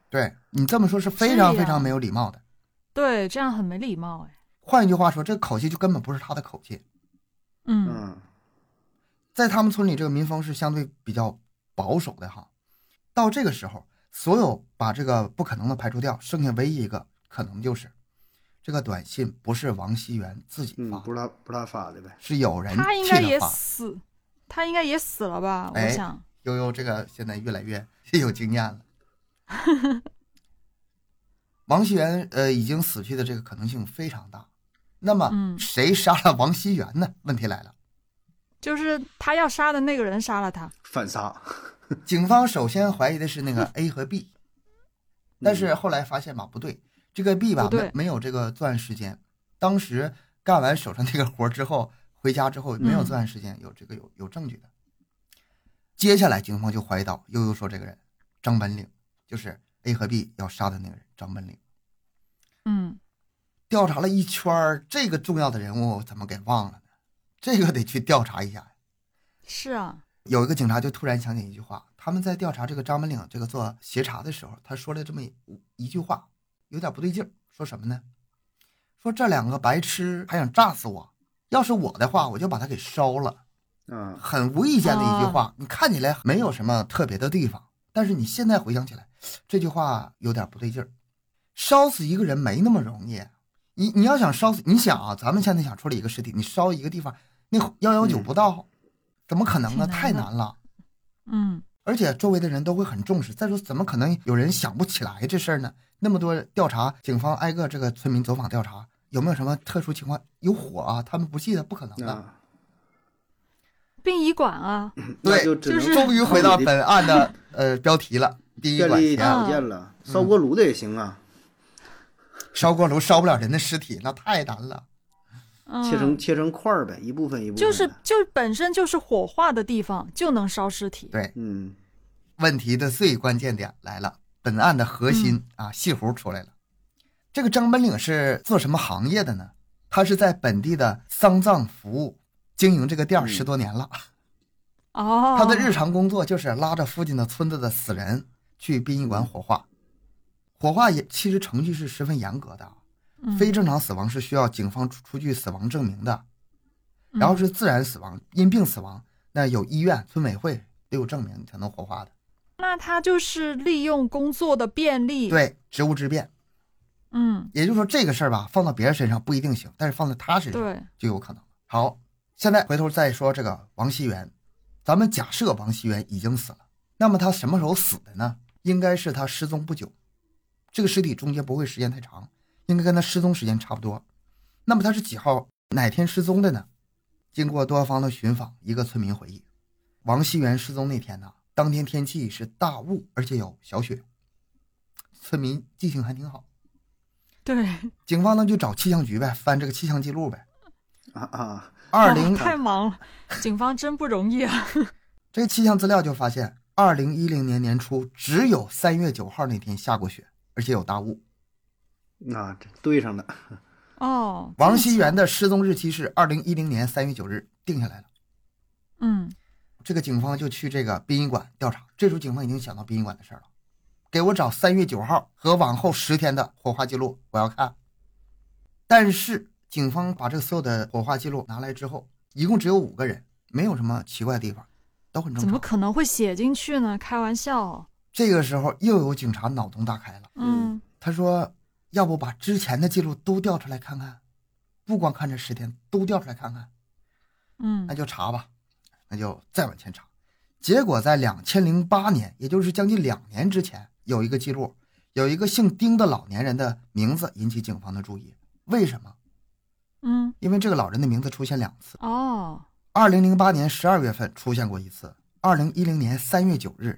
Speaker 1: 对你这么说是非常
Speaker 2: 是呀
Speaker 1: 非常没有礼貌的。
Speaker 2: 对，这样很没礼貌哎。
Speaker 1: 换一句话说，这口气就根本不是他的口气。
Speaker 2: 嗯
Speaker 3: 嗯
Speaker 1: 在他们村里，这个民风是相对比较保守的哈。到这个时候，所有把这个不可能的排除掉，剩下唯一一个可能就是，这个短信不是王熙元自己
Speaker 3: 嗯，
Speaker 1: 发，
Speaker 3: 不是他不是他发的呗，
Speaker 1: 是有人
Speaker 2: 他应
Speaker 1: 替
Speaker 2: 该也
Speaker 1: 他发。
Speaker 2: 死，他应该也死了吧？
Speaker 1: 哎
Speaker 2: 我想，
Speaker 1: 悠悠这个现在越来越有经验了。王熙元呃已经死去的这个可能性非常大。那么
Speaker 2: 嗯
Speaker 1: 谁杀了王熙元呢？问题来了，
Speaker 2: 就是他要杀的那个人杀了
Speaker 1: 嗯
Speaker 2: 他。
Speaker 3: 反杀，
Speaker 1: 警方首先怀疑的是那
Speaker 2: 嗯
Speaker 1: 个 A 和 B，但是后来发现吧，不对，这个 B 吧
Speaker 2: 不对
Speaker 1: 没没有这个作案时间。当时干完手上这个活儿之后，回家之后没有
Speaker 2: 嗯
Speaker 1: 作案时间，有这个有有证据的。接下来警方就怀疑到悠悠说这个人张本领，就是 A 和 B 要杀的那个人张本领。
Speaker 2: 嗯，
Speaker 1: 调查了一圈儿，这个重要的人物我怎么给忘了呢？这个得去调查一下呀。
Speaker 2: 是啊，
Speaker 1: 有一个警察就突然想起一句话，他们在调查这个张本岭这个做协查的时候，他说了这么一一句话，有点不对劲儿，说什么呢？说这两个白痴还想炸死我，要是我的话，我就把他给烧了。
Speaker 3: 嗯，
Speaker 1: 很无意间的一句
Speaker 2: 啊
Speaker 1: 话，你看起来没有什么特别的地方，但是你现在回想起来，这句话有点不对劲儿。烧死一个人没那么容易，你你要想烧死，你想啊，咱们现在想处理一个尸体，你烧一个地方，那幺幺九
Speaker 3: 嗯
Speaker 1: 不到，怎么可能呢？
Speaker 2: 挺难的
Speaker 1: 太难了。
Speaker 2: 嗯，
Speaker 1: 而且周围的人都会很重视。再说，怎么可能有人想不起来这事儿呢？那么多调查，警方挨个这个村民走访调查，有没有什么特殊情况？有火啊，他们不记得，不可能的。
Speaker 3: 啊，
Speaker 2: 殡仪馆啊，
Speaker 3: 那
Speaker 1: 对
Speaker 3: 就只
Speaker 2: 就
Speaker 3: 能
Speaker 2: 是
Speaker 1: 终于回到本案的呃标题了，殡仪
Speaker 3: 建
Speaker 1: 馆
Speaker 3: 立
Speaker 1: 前
Speaker 2: 啊
Speaker 3: 条件了，烧锅炉的也行啊，
Speaker 1: 烧锅炉烧不了人的尸体，那太难了。
Speaker 2: 嗯、
Speaker 3: 切成切成块儿呗，一部分一部分，
Speaker 2: 就是就是本身就是火化的地方就能烧尸体。
Speaker 1: 对，
Speaker 3: 嗯，
Speaker 1: 问题的最关键点来了，本案的核心、
Speaker 2: 嗯
Speaker 1: 啊，戏胡出来了。这个张本岭是做什么行业的呢？他是在本地的丧葬服务经营这个
Speaker 3: 嗯
Speaker 1: 店儿十多年了。
Speaker 2: 哦，
Speaker 1: 他的日常工作就是拉着附近的村子的死人去殡仪馆火化。火化也其实程序是十分严格的啊，
Speaker 2: 嗯
Speaker 1: 非正常死亡是需要警方出出具死亡证明的，
Speaker 2: 嗯
Speaker 1: 然后是自然死亡、因病死亡，那有医院、村委会都有证明你才能火化的。
Speaker 2: 那他就是利用工作的便利。，
Speaker 1: 对，职务之便，
Speaker 2: 嗯，
Speaker 1: 也就是说这个事儿吧，放到别人身上不一定行，但是放在他身上
Speaker 2: 对，
Speaker 1: 就有可能。好，现在回头再说这个王熙元，咱们假设王熙元已经死了，那么他什么时候死的呢？应该是他失踪不久，这个尸体中间不会时间太长，应该跟他失踪时间差不多。那么他是几号哪天失踪的呢？经过多方的寻访，一个村民回忆，王熙元失踪那天呢、当天天气是大雾，而且有小雪。村民记性还挺好，
Speaker 2: 对，
Speaker 1: 警方呢就找气象局呗，翻这个气象记录呗。
Speaker 3: 啊啊，
Speaker 1: 二零
Speaker 2: 哇 太忙了，警方真不容易啊。
Speaker 1: 这气象资料就发现，二零一零年年初只有三月九号那天下过雪，而且有大雾。
Speaker 3: 那这对上了，
Speaker 2: 哦，
Speaker 1: 王熙元的失踪日期是二零一零年三月九日，定下来了。
Speaker 2: 嗯，
Speaker 1: 这个警方就去这个殡仪馆调查，这时候警方已经想到殡仪馆的事儿了，给我找三月九号和往后十天的火化记录，我要看。但是警方把这所有的火化记录拿来之后，一共只有五个人，没有什么奇怪的地方，都很正
Speaker 2: 怎
Speaker 1: 常
Speaker 2: 么。可能会写进去呢？开玩笑。
Speaker 1: 这个时候又有警察脑洞大开了。
Speaker 2: 嗯，
Speaker 1: 他说：“要不把之前的记录都调出来看看，不光看这十天，都调出来看看，
Speaker 2: 嗯
Speaker 1: 那就查吧，那就再往前查。”结果在两千零八年，也就是将近两年之前，有一个记录，有一个姓丁的老年人的名字引起警方的注意。为什么？
Speaker 2: 嗯，
Speaker 1: 因为这个老人的名字出现两次，
Speaker 2: 哦，
Speaker 1: 二零零八年十二月份出现过一次，二零一零年三月九日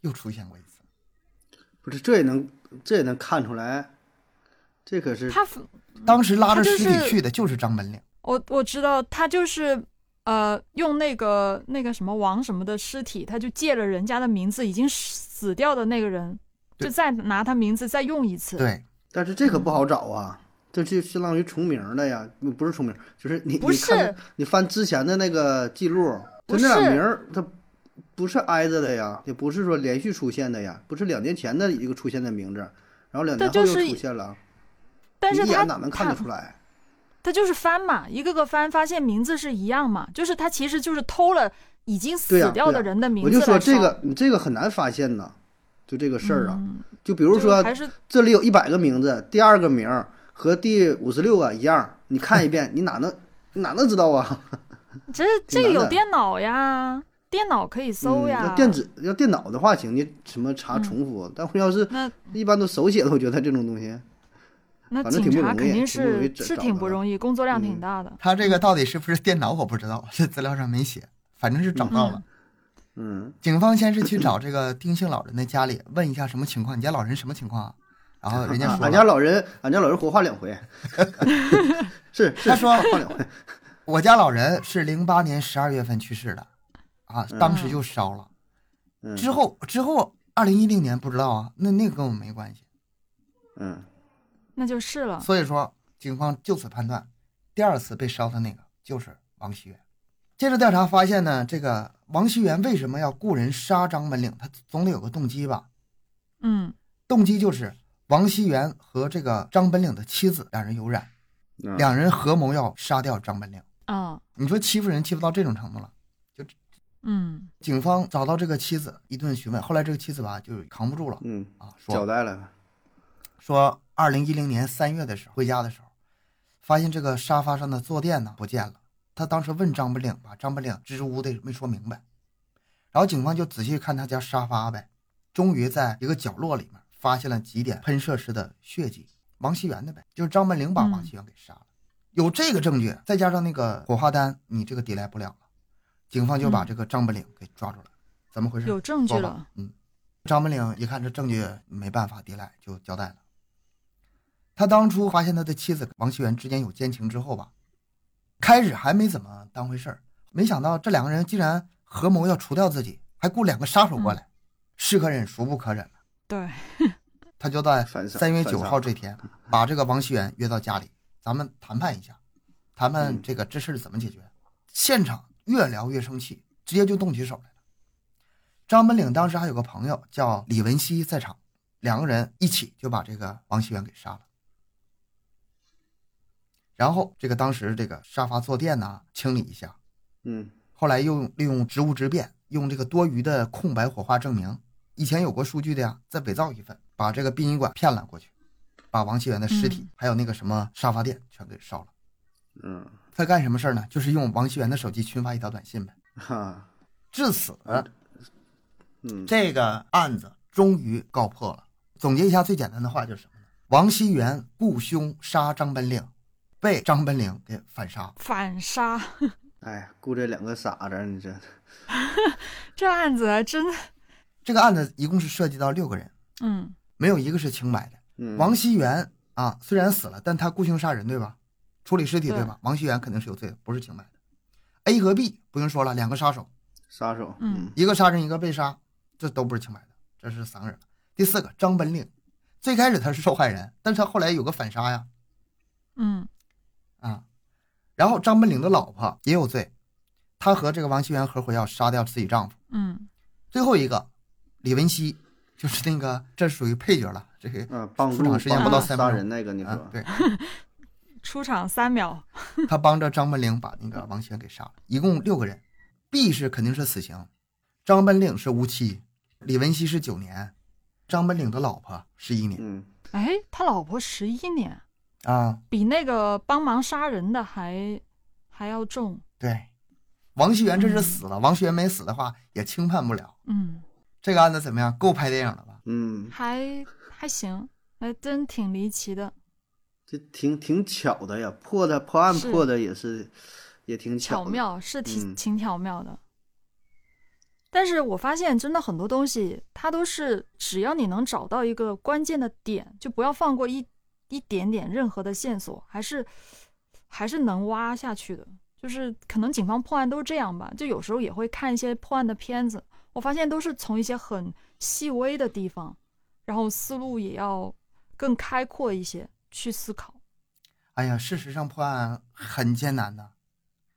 Speaker 1: 又出现过一次。
Speaker 3: 不是这也能这也能看出来，这可是
Speaker 2: 他
Speaker 1: 当时拉着
Speaker 2: 他就
Speaker 1: 尸体
Speaker 2: 是
Speaker 1: 去的就是张本岭。
Speaker 2: 我我知道他就是呃用那个那个什么王什么的尸体，他就借了人家的名字，已经死掉的那个人，
Speaker 1: 对
Speaker 2: 就再拿他名字再用一次。
Speaker 1: 对，
Speaker 3: 但是这可不好找啊，
Speaker 2: 嗯
Speaker 3: 这就相当于重名儿了呀，嗯不是重名儿，就是你
Speaker 2: 不
Speaker 3: 你看
Speaker 2: 是
Speaker 3: 你翻之前的那个记录，它
Speaker 2: 不
Speaker 3: 那俩
Speaker 2: 是
Speaker 3: 名儿它不是挨着的呀，也不是说连续出现的呀，不是两年前的一个出现的名字，然后两
Speaker 2: 对
Speaker 3: 年后又
Speaker 2: 就是
Speaker 3: 出现了，
Speaker 2: 但是
Speaker 3: 你一
Speaker 2: 他
Speaker 3: 眼哪能看得出来？
Speaker 2: 他就是翻嘛，一个个翻，发现名字是一样嘛，就是他其实就是偷了已经
Speaker 3: 对呀
Speaker 2: 死掉
Speaker 3: 对呀
Speaker 2: 的人的名字
Speaker 3: 我就说
Speaker 2: 来烧
Speaker 3: 这个你这个很难发现呐，就这个事儿啊，
Speaker 2: 嗯
Speaker 3: 就比如
Speaker 2: 就
Speaker 3: 说
Speaker 2: 还是
Speaker 3: 这里有一百个名字，第二个名儿和第五十六个一样，你看一遍，你哪能你哪能知道啊？
Speaker 2: 这这
Speaker 3: 挺
Speaker 2: 个
Speaker 3: 难
Speaker 2: 有
Speaker 3: 的
Speaker 2: 电脑呀，电脑可以搜
Speaker 3: 嗯
Speaker 2: 呀。嗯
Speaker 3: 要电子要电脑的话，请你什么查重复，但我要是
Speaker 2: 那
Speaker 3: 一般都手写的，我觉得这种东西，
Speaker 2: 那
Speaker 3: 反正
Speaker 2: 警
Speaker 3: 挺不
Speaker 2: 察
Speaker 3: 容
Speaker 2: 肯
Speaker 3: 易
Speaker 2: 定
Speaker 3: 挺不容易
Speaker 2: 是
Speaker 3: 找
Speaker 2: 是
Speaker 3: 找
Speaker 2: 挺
Speaker 3: 到
Speaker 2: 不
Speaker 3: 的
Speaker 2: 容易，工作量挺
Speaker 3: 嗯
Speaker 2: 大的。
Speaker 1: 他这个到底是不是电脑我不知道，这资料上没写，反正是找到了。
Speaker 3: 嗯，
Speaker 1: 警方先是去找这个丁姓老人的家里问一下什么情况，你家老人什么情况啊？然后人家
Speaker 3: 啊
Speaker 1: 说
Speaker 3: 俺家
Speaker 1: 了，
Speaker 3: 老人，俺家老人火化两 回，是是，
Speaker 1: 他说
Speaker 3: 火化两回，
Speaker 1: 我家老人是零八年十二月份去世的，啊，当时就烧了。
Speaker 3: 嗯
Speaker 1: 之后之后，二零一零年不知道啊，那那个跟我们没关系。
Speaker 3: 嗯，
Speaker 2: 那就是
Speaker 3: 啊
Speaker 2: 了。
Speaker 1: 所以说，警方就此判断，第二次被烧的那个就是王熙元。接着调查发现呢，这个王熙元为什么要雇人杀张本岭？他总得有个动机吧？
Speaker 2: 嗯，
Speaker 1: 动机就是王熙元和这个张本岭的妻子两人有染，
Speaker 3: 嗯
Speaker 1: 两人合谋要杀掉张本岭。
Speaker 2: 啊，
Speaker 1: 你说欺负人欺负到这种程度了，
Speaker 2: 嗯，
Speaker 1: 警方找到这个妻子一顿询问，后来这个妻子吧就扛不住了
Speaker 3: 嗯，
Speaker 1: 啊，说
Speaker 3: 交代了，
Speaker 1: 说二零一零年三月的时候回家的时候，发现这个沙发上的坐垫呢不见了。他当时问张本岭吧，张本岭支支吾吾的没说明白。然后警方就仔细看他家沙发呗，终于在一个角落里面发现了几点喷射式的血迹，王熙元的呗，就是张本岭把
Speaker 2: 嗯
Speaker 1: 王熙元给杀了。有这个证据，再加上那个火化单，你这个抵赖不了了。警方就把
Speaker 2: 嗯
Speaker 1: 这个张本岭给抓住了，怎么回事？
Speaker 2: 有证据
Speaker 1: 说吧
Speaker 2: 了。
Speaker 1: 嗯，张本岭一看这证据没办法抵赖，就交代了。他当初发现他的妻子王熙元之间有奸情之后吧，开始还没怎么当回事儿，没想到这两个人竟然合谋要除掉自己，还雇两个杀手过
Speaker 2: 嗯
Speaker 1: 来，是可忍孰不可忍了。
Speaker 2: 对，
Speaker 1: 他就在
Speaker 3: 反杀
Speaker 1: 三月
Speaker 3: 反
Speaker 1: 九
Speaker 3: 杀嗯
Speaker 1: 号这天，把这个王熙元约到家里，咱们谈判一下，谈判
Speaker 3: 嗯
Speaker 1: 这个这事儿怎么解决。现场越聊越生气，直接就动起手来了。张本岭当时还有个朋友叫李文熙在场，两个人一起就把这个王熙元给杀了。然后这个当时这个沙发坐垫呐、清理一下，
Speaker 3: 嗯
Speaker 1: 后来又利用职务之便，用这个多余的空白火化证明，以前有过数据的呀，再伪造一份，把这个殡仪馆骗了过去，把王熙元的尸体、
Speaker 2: 嗯
Speaker 1: 还有那个什么沙发垫全给烧了。
Speaker 3: 嗯，
Speaker 1: 他干什么事儿呢？就是用王熙元的手机群发一条短信呗。
Speaker 3: 哈，
Speaker 1: 至此，
Speaker 3: 嗯
Speaker 1: 这个案子终于告破了。总结一下最简单的话就是什么呢？王熙元雇凶杀张本岭，被张本岭给反杀。
Speaker 2: 反杀
Speaker 3: 哎，雇这两个傻子，你这，
Speaker 2: 这案子还真的，
Speaker 1: 这个案子一共是涉及到六个人，
Speaker 2: 嗯
Speaker 1: 没有一个是清白的。
Speaker 3: 嗯，
Speaker 1: 王熙元啊，虽然死了，但他雇凶杀人，对吧？处理尸体，
Speaker 2: 对
Speaker 1: 对吧？王熙元肯定是有罪的，不是清白的。A 和 B 不用说了，两个杀手，
Speaker 3: 杀手，
Speaker 2: 嗯
Speaker 1: 一个杀人，一个被杀，这都不是清白的，这是三个人了。第四个张本岭，最开始他是受害人，但是他后来有个反杀呀
Speaker 2: 嗯
Speaker 1: 啊。然后张本岭的老婆也有罪，她和这个王熙元合伙要杀掉自己丈夫。
Speaker 2: 嗯，
Speaker 1: 最后一个李文熙，就是那个这属于配角了，这个
Speaker 3: 嗯，帮
Speaker 1: 出
Speaker 3: 助
Speaker 1: 场时间不到三
Speaker 3: 杀
Speaker 1: 分钟
Speaker 3: 人那个，你说
Speaker 1: 啊，，对。
Speaker 2: 出场三秒，
Speaker 1: 他帮着张本岭把那个王熙元给杀了，一共六个人，B 是肯定是死刑，张本岭是无期，李文熙是九年，张本岭的老婆十一年
Speaker 3: 嗯，
Speaker 2: 哎，他老婆十一年，
Speaker 1: 啊，
Speaker 2: 比那个帮忙杀人的还还要重，
Speaker 1: 对，王熙元这是死了，王熙元没死的话也轻判不了。
Speaker 2: 嗯，
Speaker 1: 这个案子怎么样？够拍电影了吧？
Speaker 3: 嗯，
Speaker 2: 还还行，还真挺离奇的，
Speaker 3: 这挺挺巧的呀，破的破案
Speaker 2: 是
Speaker 3: 破的也是，也挺
Speaker 2: 巧
Speaker 3: 的，
Speaker 2: 妙是挺
Speaker 3: 嗯
Speaker 2: 挺巧妙的。但是我发现，真的很多东西，它都是只要你能找到一个关键的点，就不要放过一一点点任何的线索，还是还是能挖下去的。就是可能警方破案都是这样吧，就有时候也会看一些破案的片子，我发现都是从一些很细微的地方，然后思路也要更开阔一些去思考。
Speaker 1: 哎呀，事实上破案很艰难的，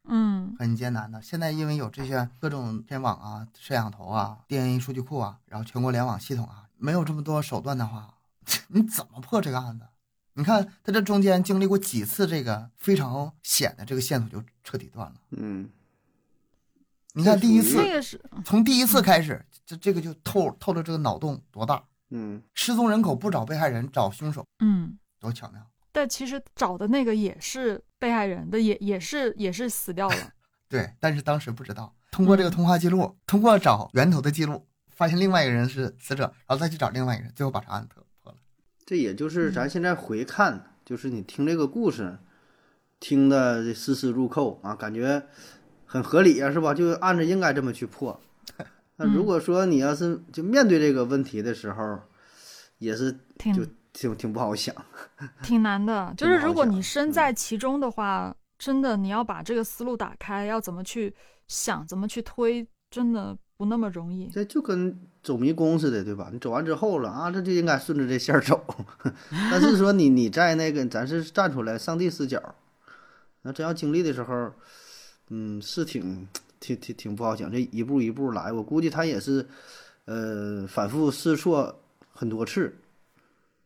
Speaker 2: 嗯
Speaker 1: 很艰难的。现在因为有这些各种天网啊、摄像头啊、DNA 数据库啊，然后全国联网系统啊，没有这么多手段的话， 你怎么破这个案子？你看他这中间经历过几次这个非常险的这个线索就彻底断了。
Speaker 3: 嗯，
Speaker 1: 你看第一
Speaker 3: 这
Speaker 1: 次
Speaker 3: 属
Speaker 2: 这
Speaker 3: 于，
Speaker 2: 个是
Speaker 1: 从第一次开始，这这个就透透着这个脑洞多大。
Speaker 3: 嗯，
Speaker 1: 失踪人口不找被害人，找凶手，
Speaker 2: 嗯。
Speaker 1: 多巧妙。
Speaker 2: 但其实找的那个也是被害人的，也也是也是死掉了。
Speaker 1: 对，但是当时不知道，通过这个通话记录，通过找源头的记录，发现另外一个人是死者，然后再去找另外一个人，最后把查案破破了。
Speaker 3: 这也就是咱现在回看，就是你听这个故事，听的这丝丝入扣啊，感觉很合理啊，是吧？就按着应该这么去破。那如果说你要是就面对这个问题的时候，也是
Speaker 2: 挺
Speaker 3: 就挺挺不好想。
Speaker 2: 挺难 的，就
Speaker 3: 挺
Speaker 2: 是
Speaker 3: 好
Speaker 2: 如果
Speaker 3: 想
Speaker 2: 你身
Speaker 3: 嗯
Speaker 2: 在其中的话，真的你要把这个思路打开，要怎么去想，怎么去推，真的不那么容易。
Speaker 3: 这就跟走迷宫似的，对吧？你走完之后了啊，这就应该顺着这线儿走。 但是说你你在那个，咱是站出来上帝视角，那真要经历的时候，嗯，是挺挺挺挺不好讲。这一步一步来，我估计他也是，呃，反复试错很多次，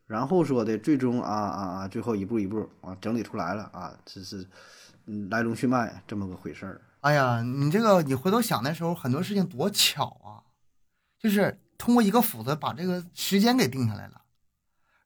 Speaker 3: 然后说的最终啊啊啊，最后一步一步啊整理出来了啊，这是嗯来龙去脉这么个回事儿。
Speaker 1: 哎呀，你这个你回头想的时候，很多事情多巧啊，就是通过一个斧子把这个时间给定下来了，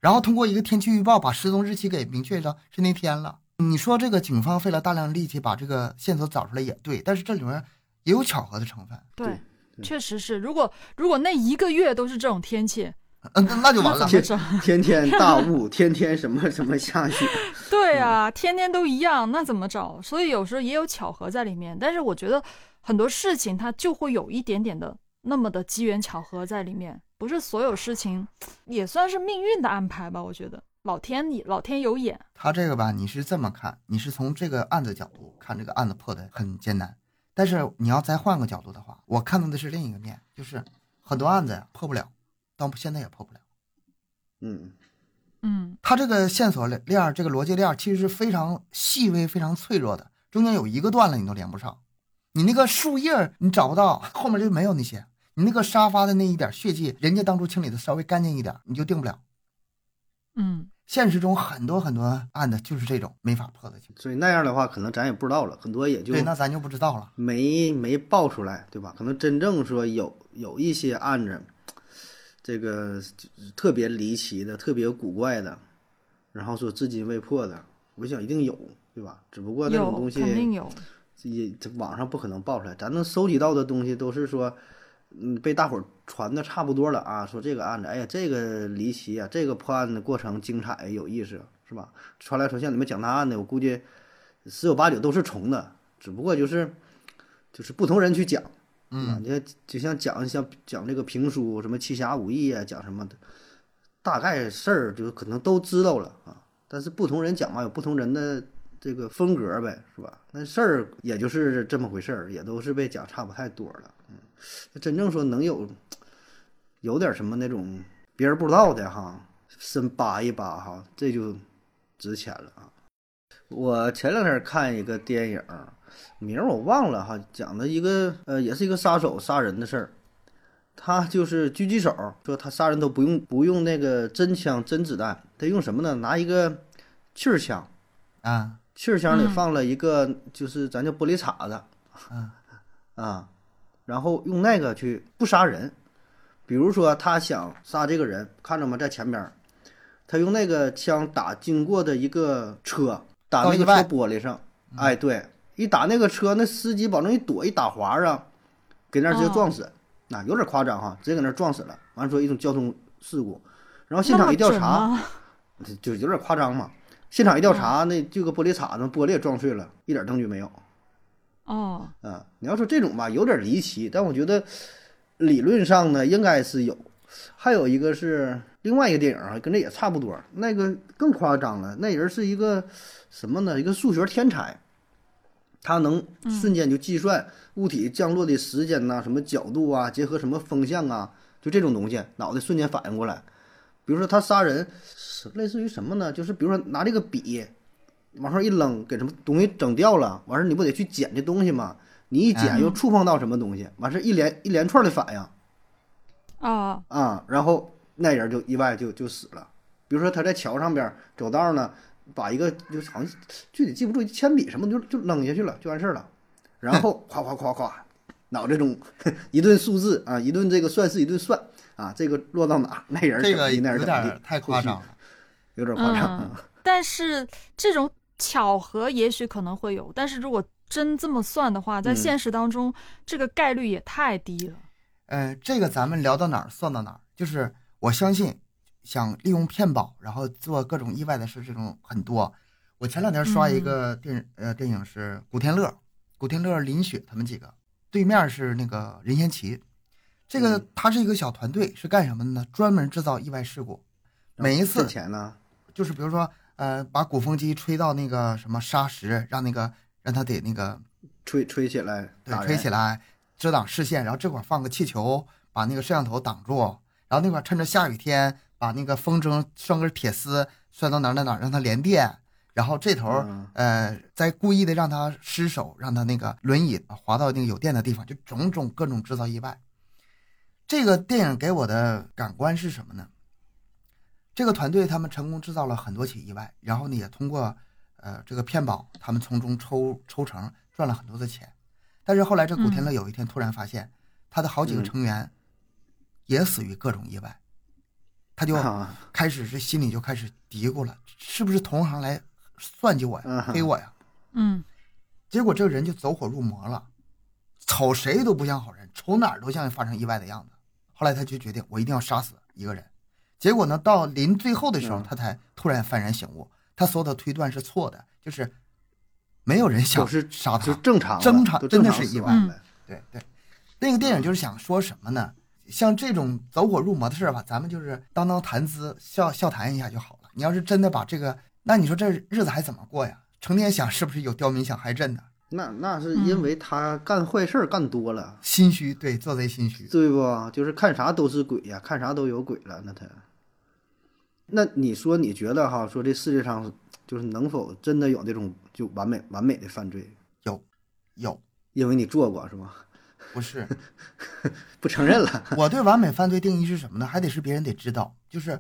Speaker 1: 然后通过一个天气预报把失踪日期给明确了是那天了。你说这个警方费了大量力气把这个线索找出来也对，但是这里面也有巧合的成分，
Speaker 2: 对，
Speaker 3: 对
Speaker 2: 确实是。如果如果那一个月都是这种天气，
Speaker 1: 嗯、那那就完
Speaker 2: 那
Speaker 1: 了
Speaker 2: 怎。么整？
Speaker 3: 天天大雾，天天什么什么下雨，
Speaker 2: 对啊，天天都一样，那怎么找？所以有时候也有巧合在里面，但是我觉得很多事情它就会有一点点的那么的机缘巧合在里面，不是所有事情也算是命运的安排吧？我觉得老天老天有眼，
Speaker 1: 他这个吧，你是这么看，你是从这个案子角度看这个案子破的很艰难，但是你要再换个角度的话，我看到的是另一个面，就是很多案子呀破不了，到现在也破不了。
Speaker 3: 嗯，
Speaker 2: 嗯
Speaker 1: 他这个线索链儿，这个逻辑链儿其实是非常细微、非常脆弱的，中间有一个断了你都连不上，你那个树叶儿你找不到，后面就没有那些，你那个沙发的那一点血迹，人家当初清理的稍微干净一点，你就定不了。
Speaker 2: 嗯，
Speaker 1: 现实中很多很多案子就是这种没法破的情况，
Speaker 3: 所以那样的话，可能咱也不知道了，很多也就
Speaker 1: 对，那咱就不知道了。
Speaker 3: 没没爆出来，对吧？可能真正说有有一些案子，这个就是特别离奇的、特别古怪的，然后说至今未破的，我想一定有，对吧？只不过那
Speaker 2: 有
Speaker 3: 种东西
Speaker 2: 肯定有，
Speaker 3: 也这网上不可能爆出来，咱能收集到的东西都是说，嗯，被大伙儿传的差不多了啊，说这个案子，哎呀，这个离奇啊，这个破案的过程精彩哎有意思，是吧？传来传去，像你们讲那案的，我估计十有八九都是重的，只不过就是就是不同人去讲，
Speaker 1: 嗯
Speaker 3: 啊，你看就像讲像讲这个评书，什么七侠五义啊，讲什么的，大概事儿就可能都知道了啊，但是不同人讲嘛，有不同人的这个风格呗，是吧？那事儿也就是这么回事儿，也都是被讲差不太多了。嗯，那真正说能有有点什么那种别人不知道的哈，深扒一扒哈，这就值钱了啊。我前两天看一个电影儿，名儿我忘了哈，讲的一个呃，也是一个杀手杀人的事儿。他就是狙击手，说他杀人都不用不用那个真枪真子弹，他用什么呢？拿一个气儿枪，
Speaker 1: 啊，
Speaker 3: 气儿箱里
Speaker 2: 嗯
Speaker 3: 放了一个，就是咱叫玻璃碴子，
Speaker 1: 嗯
Speaker 3: 啊，然后用那个去不杀人，比如说他想杀这个人，看着吗，在前边儿，他用那个枪打经过的一个车，打那
Speaker 1: 到
Speaker 3: 个
Speaker 1: 意
Speaker 3: 车
Speaker 1: 外
Speaker 3: 玻璃上，哎，对，一打那个车，那司机保证一躲一打滑啊，给那儿直接
Speaker 2: 哦
Speaker 3: 撞死，那、有点夸张哈，直接给那儿撞死了，完了说一种交通事故，然后现场一调查，
Speaker 2: 那么准吗
Speaker 3: 就有点夸张嘛。现场一调查，那这个玻璃碴子玻璃也撞碎了，一点证据没有
Speaker 2: 哦，
Speaker 3: 啊。你要说这种吧，有点离奇，但我觉得理论上呢应该是有。还有一个是另外一个电影啊，跟这也差不多，那个更夸张了。那人是一个什么呢？一个数学天才，他能瞬间就计算物体降落的时间呐、什么角度啊，结合什么风向啊，就这种东西，脑袋瞬间反应过来。比如说他杀人是类似于什么呢？就是比如说拿这个笔往上一扔，给什么东西整掉了，完事儿你不得去捡这东西吗？你一捡
Speaker 1: 嗯
Speaker 3: 又触碰到什么东西，完事儿一连一连串的反应
Speaker 2: 哦，
Speaker 3: 啊，然后那人就意外就就死了。比如说他在桥上边儿走道呢，把一个就好像具体记不住铅笔什么就就扔下去了，就完事儿了。然后夸夸夸夸，脑袋中 一顿数字啊，一顿这个算式一顿算啊，这个落到哪儿那人儿
Speaker 1: 这
Speaker 3: 怎么
Speaker 1: 个
Speaker 3: 地那人儿
Speaker 1: 有
Speaker 3: 怎么地
Speaker 1: 点太夸张，了。
Speaker 3: 有点夸张。
Speaker 2: 嗯但是这种巧合也许可能会有，但是如果真这么算的话，在
Speaker 3: 嗯
Speaker 2: 现实当中，这个概率也太低了。
Speaker 1: 呃，这个咱们聊到哪儿算到哪儿，就是我相信想利用骗保，然后做各种意外的事，这种很多。我前两天刷
Speaker 3: 嗯
Speaker 1: 一个电、呃电影是古天乐、古天乐、林雪他们几个，对面是那个任贤齐，这个
Speaker 3: 嗯
Speaker 1: 他是一个小团队，是干什么的呢？专门制造意外事故，每一次
Speaker 3: 哦挣钱呢，
Speaker 1: 就是比如说呃把鼓风机吹到那个什么沙石，让那个让他得那个
Speaker 3: 吹吹起来，
Speaker 1: 对
Speaker 3: 打，
Speaker 1: 吹
Speaker 3: 人
Speaker 1: 起来遮挡视线，然后这块儿放个气球把那个摄像头挡住，然后那块儿趁着下雨天把那个风筝拴根铁丝拴到哪儿哪儿哪儿让它连电，然后这头儿、
Speaker 3: 嗯
Speaker 1: 呃再故意的让它失手，让它那个轮椅滑到那个有电的地方，就种种各种制造意外。这个电影给我的感官是什么呢？这个团队他们成功制造了很多起意外，然后呢也通过呃这个骗保，他们从中抽抽成赚了很多的钱。但是后来这古天乐有一天突然发现，他的好几个
Speaker 3: 嗯
Speaker 1: 成员也死于各种意外，他就
Speaker 3: 啊，
Speaker 1: 开始是心里就开始嘀咕了，是不是同行来算计我
Speaker 3: 嗯
Speaker 1: 呀，黑我呀？
Speaker 2: 嗯，
Speaker 1: 结果这个人就走火入魔了，瞅谁都不像好人，瞅哪儿都像发生意外的样子。后来他就决定，我一定要杀死一个人。结果呢，到临最后的时候，
Speaker 3: 嗯
Speaker 1: 他才突然幡然醒悟，他所有的推断是错的，就是没有人想
Speaker 3: 都是
Speaker 1: 杀他，
Speaker 3: 就正常了，
Speaker 1: 正常
Speaker 3: 都
Speaker 1: 真的
Speaker 3: 正常
Speaker 1: 是
Speaker 3: 死
Speaker 1: 意
Speaker 2: 外
Speaker 3: 亡呗。
Speaker 1: 对对，那个电影就是想说什么呢？像这种走火入魔的事儿吧，咱们就是当当谈资，笑笑谈一下就好了。你要是真的把这个，那你说这日子还怎么过呀？成天想是不是有刁民想害朕呢？
Speaker 3: 那那是
Speaker 2: 嗯
Speaker 3: 因为他干坏事儿干多了，
Speaker 1: 心虚，对，做贼心虚。
Speaker 3: 对不？就是看啥都是鬼呀、看啥都有鬼了。那他，那你说你觉得哈，说这世界上就是能否真的有这种就完美完美的犯罪？
Speaker 1: 有
Speaker 3: 因为你做过是吗？
Speaker 1: 不是？
Speaker 3: 不承认了，
Speaker 1: 我对完美犯罪定义是什么呢？还得是别人得知道，就是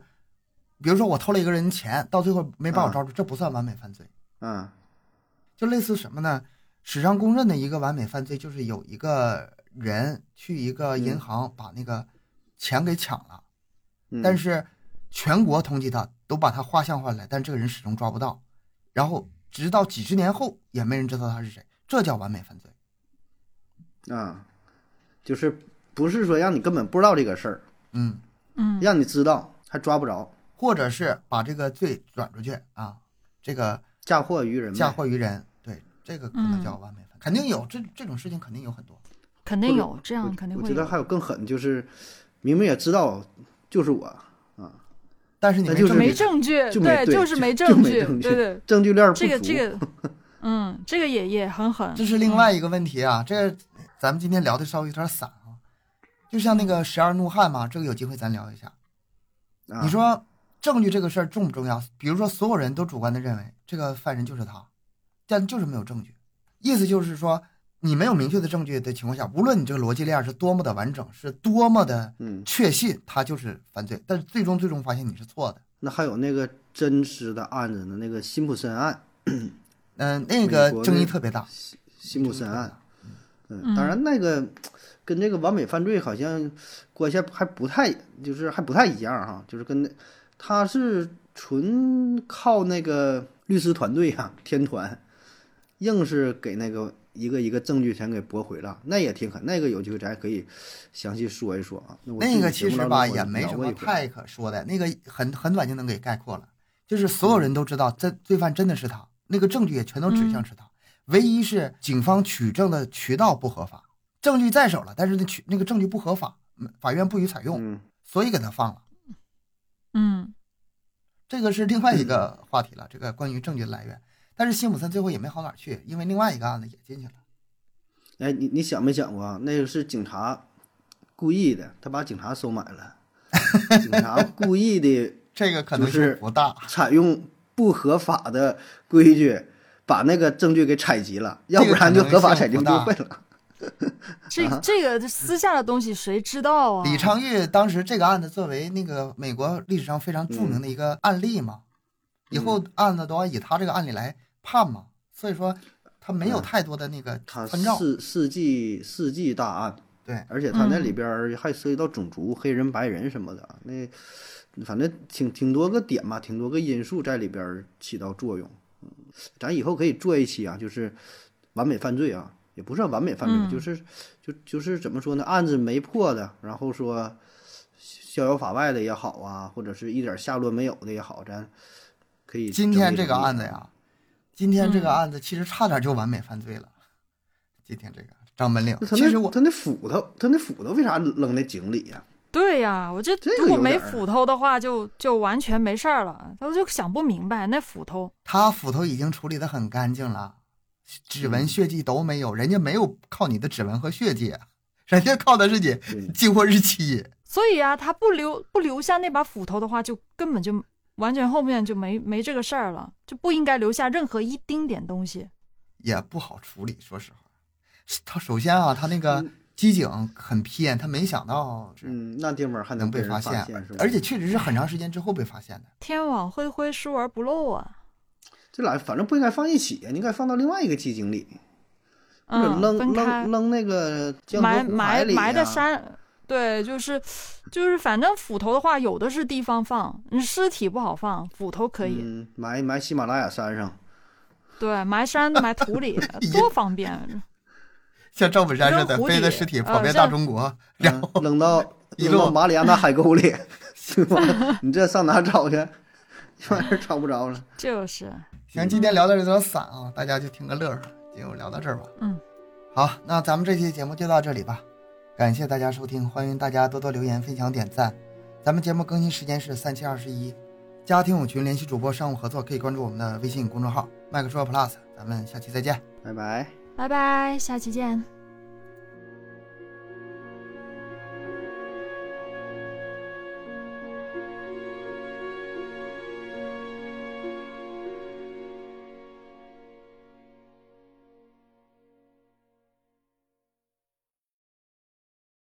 Speaker 1: 比如说我偷了一个人钱，到最后没把我抓住，这不算完美犯罪。
Speaker 3: 嗯
Speaker 1: 就类似什么呢？史上公认的一个完美犯罪，就是有一个人去一个银
Speaker 3: 嗯
Speaker 1: 行把那个钱给抢了，
Speaker 3: 嗯，
Speaker 1: 但是全国通缉他，都把他画像画来，但这个人始终抓不到，然后直到几十年后也没人知道他是谁，这叫完美犯罪。
Speaker 3: 啊、就是不是说让你根本不知道这个事儿，
Speaker 1: 嗯，
Speaker 2: 嗯，
Speaker 3: 让你知道还抓不着，
Speaker 1: 或者是把这个罪转出去啊，这个
Speaker 3: 嫁祸于人呗，
Speaker 1: 嫁祸于人，对，这个可能
Speaker 2: 嗯
Speaker 1: 叫完美犯，肯定有这这种事情，肯定有很多。
Speaker 2: 肯
Speaker 3: 或
Speaker 2: 定
Speaker 3: 者
Speaker 2: 有这样，
Speaker 3: 我
Speaker 2: 肯定
Speaker 3: 我
Speaker 2: 会
Speaker 3: 觉得
Speaker 2: 有。
Speaker 3: 还有更狠，就是明明也知道就是我，
Speaker 1: 但是你
Speaker 3: 那
Speaker 1: 没
Speaker 3: 就
Speaker 1: 证据
Speaker 3: 是
Speaker 2: 没证据，
Speaker 3: 就
Speaker 2: 对，
Speaker 3: 没对
Speaker 2: 就是
Speaker 3: 就
Speaker 2: 没
Speaker 3: 就
Speaker 2: 证
Speaker 3: 没
Speaker 2: 据，
Speaker 3: 证
Speaker 2: 对
Speaker 3: 据
Speaker 2: 对，
Speaker 3: 证据链儿不
Speaker 2: 这个
Speaker 3: 足
Speaker 2: 这个， 嗯，这个也也很狠。
Speaker 1: 这是另外一个问题啊，这咱们今天聊的稍微有点散啊，就像那个十二怒汉嘛，这个有机会咱聊一下。
Speaker 3: 啊、
Speaker 1: 你说证据这个事儿重不重要？比如说，所有人都主观的认为这个犯人就是他，但就是没有证据。意思就是说，你没有明确的证据的情况下，无论你这个逻辑链是多么的完整，是多么的
Speaker 3: 嗯。
Speaker 1: 确信他就是犯罪，但是最终最终发现你是错的。
Speaker 3: 那还有那个真实的案子呢，那个辛普森案，
Speaker 1: 嗯、那个
Speaker 3: 美国的
Speaker 1: 争议特别大。
Speaker 3: 辛普森案，
Speaker 2: 嗯
Speaker 3: 嗯，当然那个跟这个完美犯罪好像关系还不太，就是还不太一样哈，就是跟那他是纯靠那个律师团队啊，天团，硬是给那个一个一个证据全给驳回了，那也挺狠，那个有机会咱还可以详细说一说啊。那我
Speaker 1: 那个
Speaker 3: 自己
Speaker 1: 其
Speaker 3: 节目
Speaker 1: 实
Speaker 3: 当
Speaker 1: 吧
Speaker 3: 中
Speaker 1: 也
Speaker 3: 我
Speaker 1: 没
Speaker 3: 聊
Speaker 1: 什
Speaker 3: 过
Speaker 1: 么
Speaker 3: 一回
Speaker 1: 太可说的，那个很很短就能给概括了，就是所有人都知道这罪犯真的是他，那个证据也全都指向是他，唯一是警方取证的渠道不合法，证据在手了，但是那取那个证据不合法，嗯法院不予采用，
Speaker 3: 嗯
Speaker 1: 所以给他放了。
Speaker 2: 嗯
Speaker 1: 这个是另外一个
Speaker 3: 嗯
Speaker 1: 话题了，这个关于证据的来源。但是辛普森最后也没好哪儿去，因为另外一个案子也进去了。
Speaker 3: 哎，你你想没想过啊？那个是警察故意的，他把警察收买了，警察故意的
Speaker 1: 这个可能
Speaker 3: 就是
Speaker 1: 性不大，
Speaker 3: 采用不合法的规矩，把那个证据给采集了，要不然就合法采集就会了。啊
Speaker 2: 这这个私下的东西谁知道啊？
Speaker 1: 李昌钰当时这个案子作为那个美国历史上非常著名的一个案例嘛，以后案子都要以他这个案例来判嘛，所以说他没有太多的那个
Speaker 3: 他
Speaker 1: 参照。
Speaker 3: 世世纪世纪大案，
Speaker 1: 对，
Speaker 3: 而且他那里边儿还涉及到种族、黑人、白人什么的啊，那反正挺挺多个点吧，挺多个因素在里边儿起到作用。嗯，咱以后可以做一期啊，就是完美犯罪啊，也不算完美犯罪，
Speaker 2: 嗯
Speaker 3: 就是就就是怎么说呢，案子没破的，然后说逍遥法外的也好啊，或者是一点下落没有的也好，咱可以
Speaker 1: 今天这个案子
Speaker 3: 整理整理
Speaker 1: 呀，今天这个
Speaker 2: 嗯
Speaker 1: 案子其实差点就完美犯罪了。今天这个张本领
Speaker 3: 那，他
Speaker 1: 其实
Speaker 3: 那
Speaker 1: 我
Speaker 3: 他那斧头，他那斧头为啥扔在井里呀、
Speaker 2: 对呀、我这
Speaker 3: 这个
Speaker 2: 如果
Speaker 3: 有
Speaker 2: 没
Speaker 3: 点儿
Speaker 2: 斧头的话就，就完全没事儿了。我就想不明白那斧头，
Speaker 1: 他斧头已经处理的很干净了，指纹、血迹都没有，人家没有靠你的指纹和血迹，人家靠的是你
Speaker 3: 对
Speaker 1: 进货日期。
Speaker 2: 所以啊，他不留不留下那把斧头的话，就根本就完全后面就没没这个事儿了，就不应该留下任何一丁点东西。
Speaker 1: 也不好处理。说实话，他首先啊，他那个机警很偏，他没想到是
Speaker 3: 嗯，那地方还
Speaker 1: 能
Speaker 3: 被
Speaker 1: 被
Speaker 3: 人
Speaker 1: 发
Speaker 3: 现
Speaker 1: 现，，
Speaker 3: 是吧？
Speaker 1: 而且确实是很长时间之后被发现的。
Speaker 2: 天网恢恢，疏而不漏啊。
Speaker 3: 这俩反正不应该放一起呀，你应该放到另外一个机井里，或者
Speaker 2: 嗯，
Speaker 3: 扔
Speaker 2: 分开
Speaker 3: 扔扔那个江河
Speaker 2: 埋
Speaker 3: 湖
Speaker 2: 埋
Speaker 3: 海里啊
Speaker 2: 埋在
Speaker 3: 呀
Speaker 2: 山，对，就是就是，反正斧头的话，有的是地方放，你尸体不好放，斧头可以。
Speaker 3: 嗯，埋埋喜马拉雅山上，
Speaker 2: 对，埋山埋土 里，多方便。
Speaker 1: 像赵本山似的，
Speaker 2: 扔湖
Speaker 1: 背着
Speaker 2: 里
Speaker 1: 尸体
Speaker 2: 呃
Speaker 1: 跑遍
Speaker 2: 像
Speaker 1: 大中国， 然
Speaker 3: 啊嗯
Speaker 1: 后
Speaker 3: 扔到
Speaker 1: 一
Speaker 3: 扔到
Speaker 1: 路
Speaker 3: 马里亚纳海 沟里，是吧？你这上哪找去？ 这玩意儿找不着了。
Speaker 2: 就是，
Speaker 1: 行，今天聊的有点散啊，大家就听个乐呵，就聊到这儿吧。
Speaker 2: 嗯，
Speaker 1: 好，那咱们这期节目就到这里吧，感谢大家收听，欢迎大家多多留言、分享、点赞。咱们节目更新时间是三七二十一，加听友群联系主播商务合作，可以关注我们的微信公众号麦克说 Plus。咱们下期再见。
Speaker 3: 拜拜。
Speaker 2: 拜拜，下期见。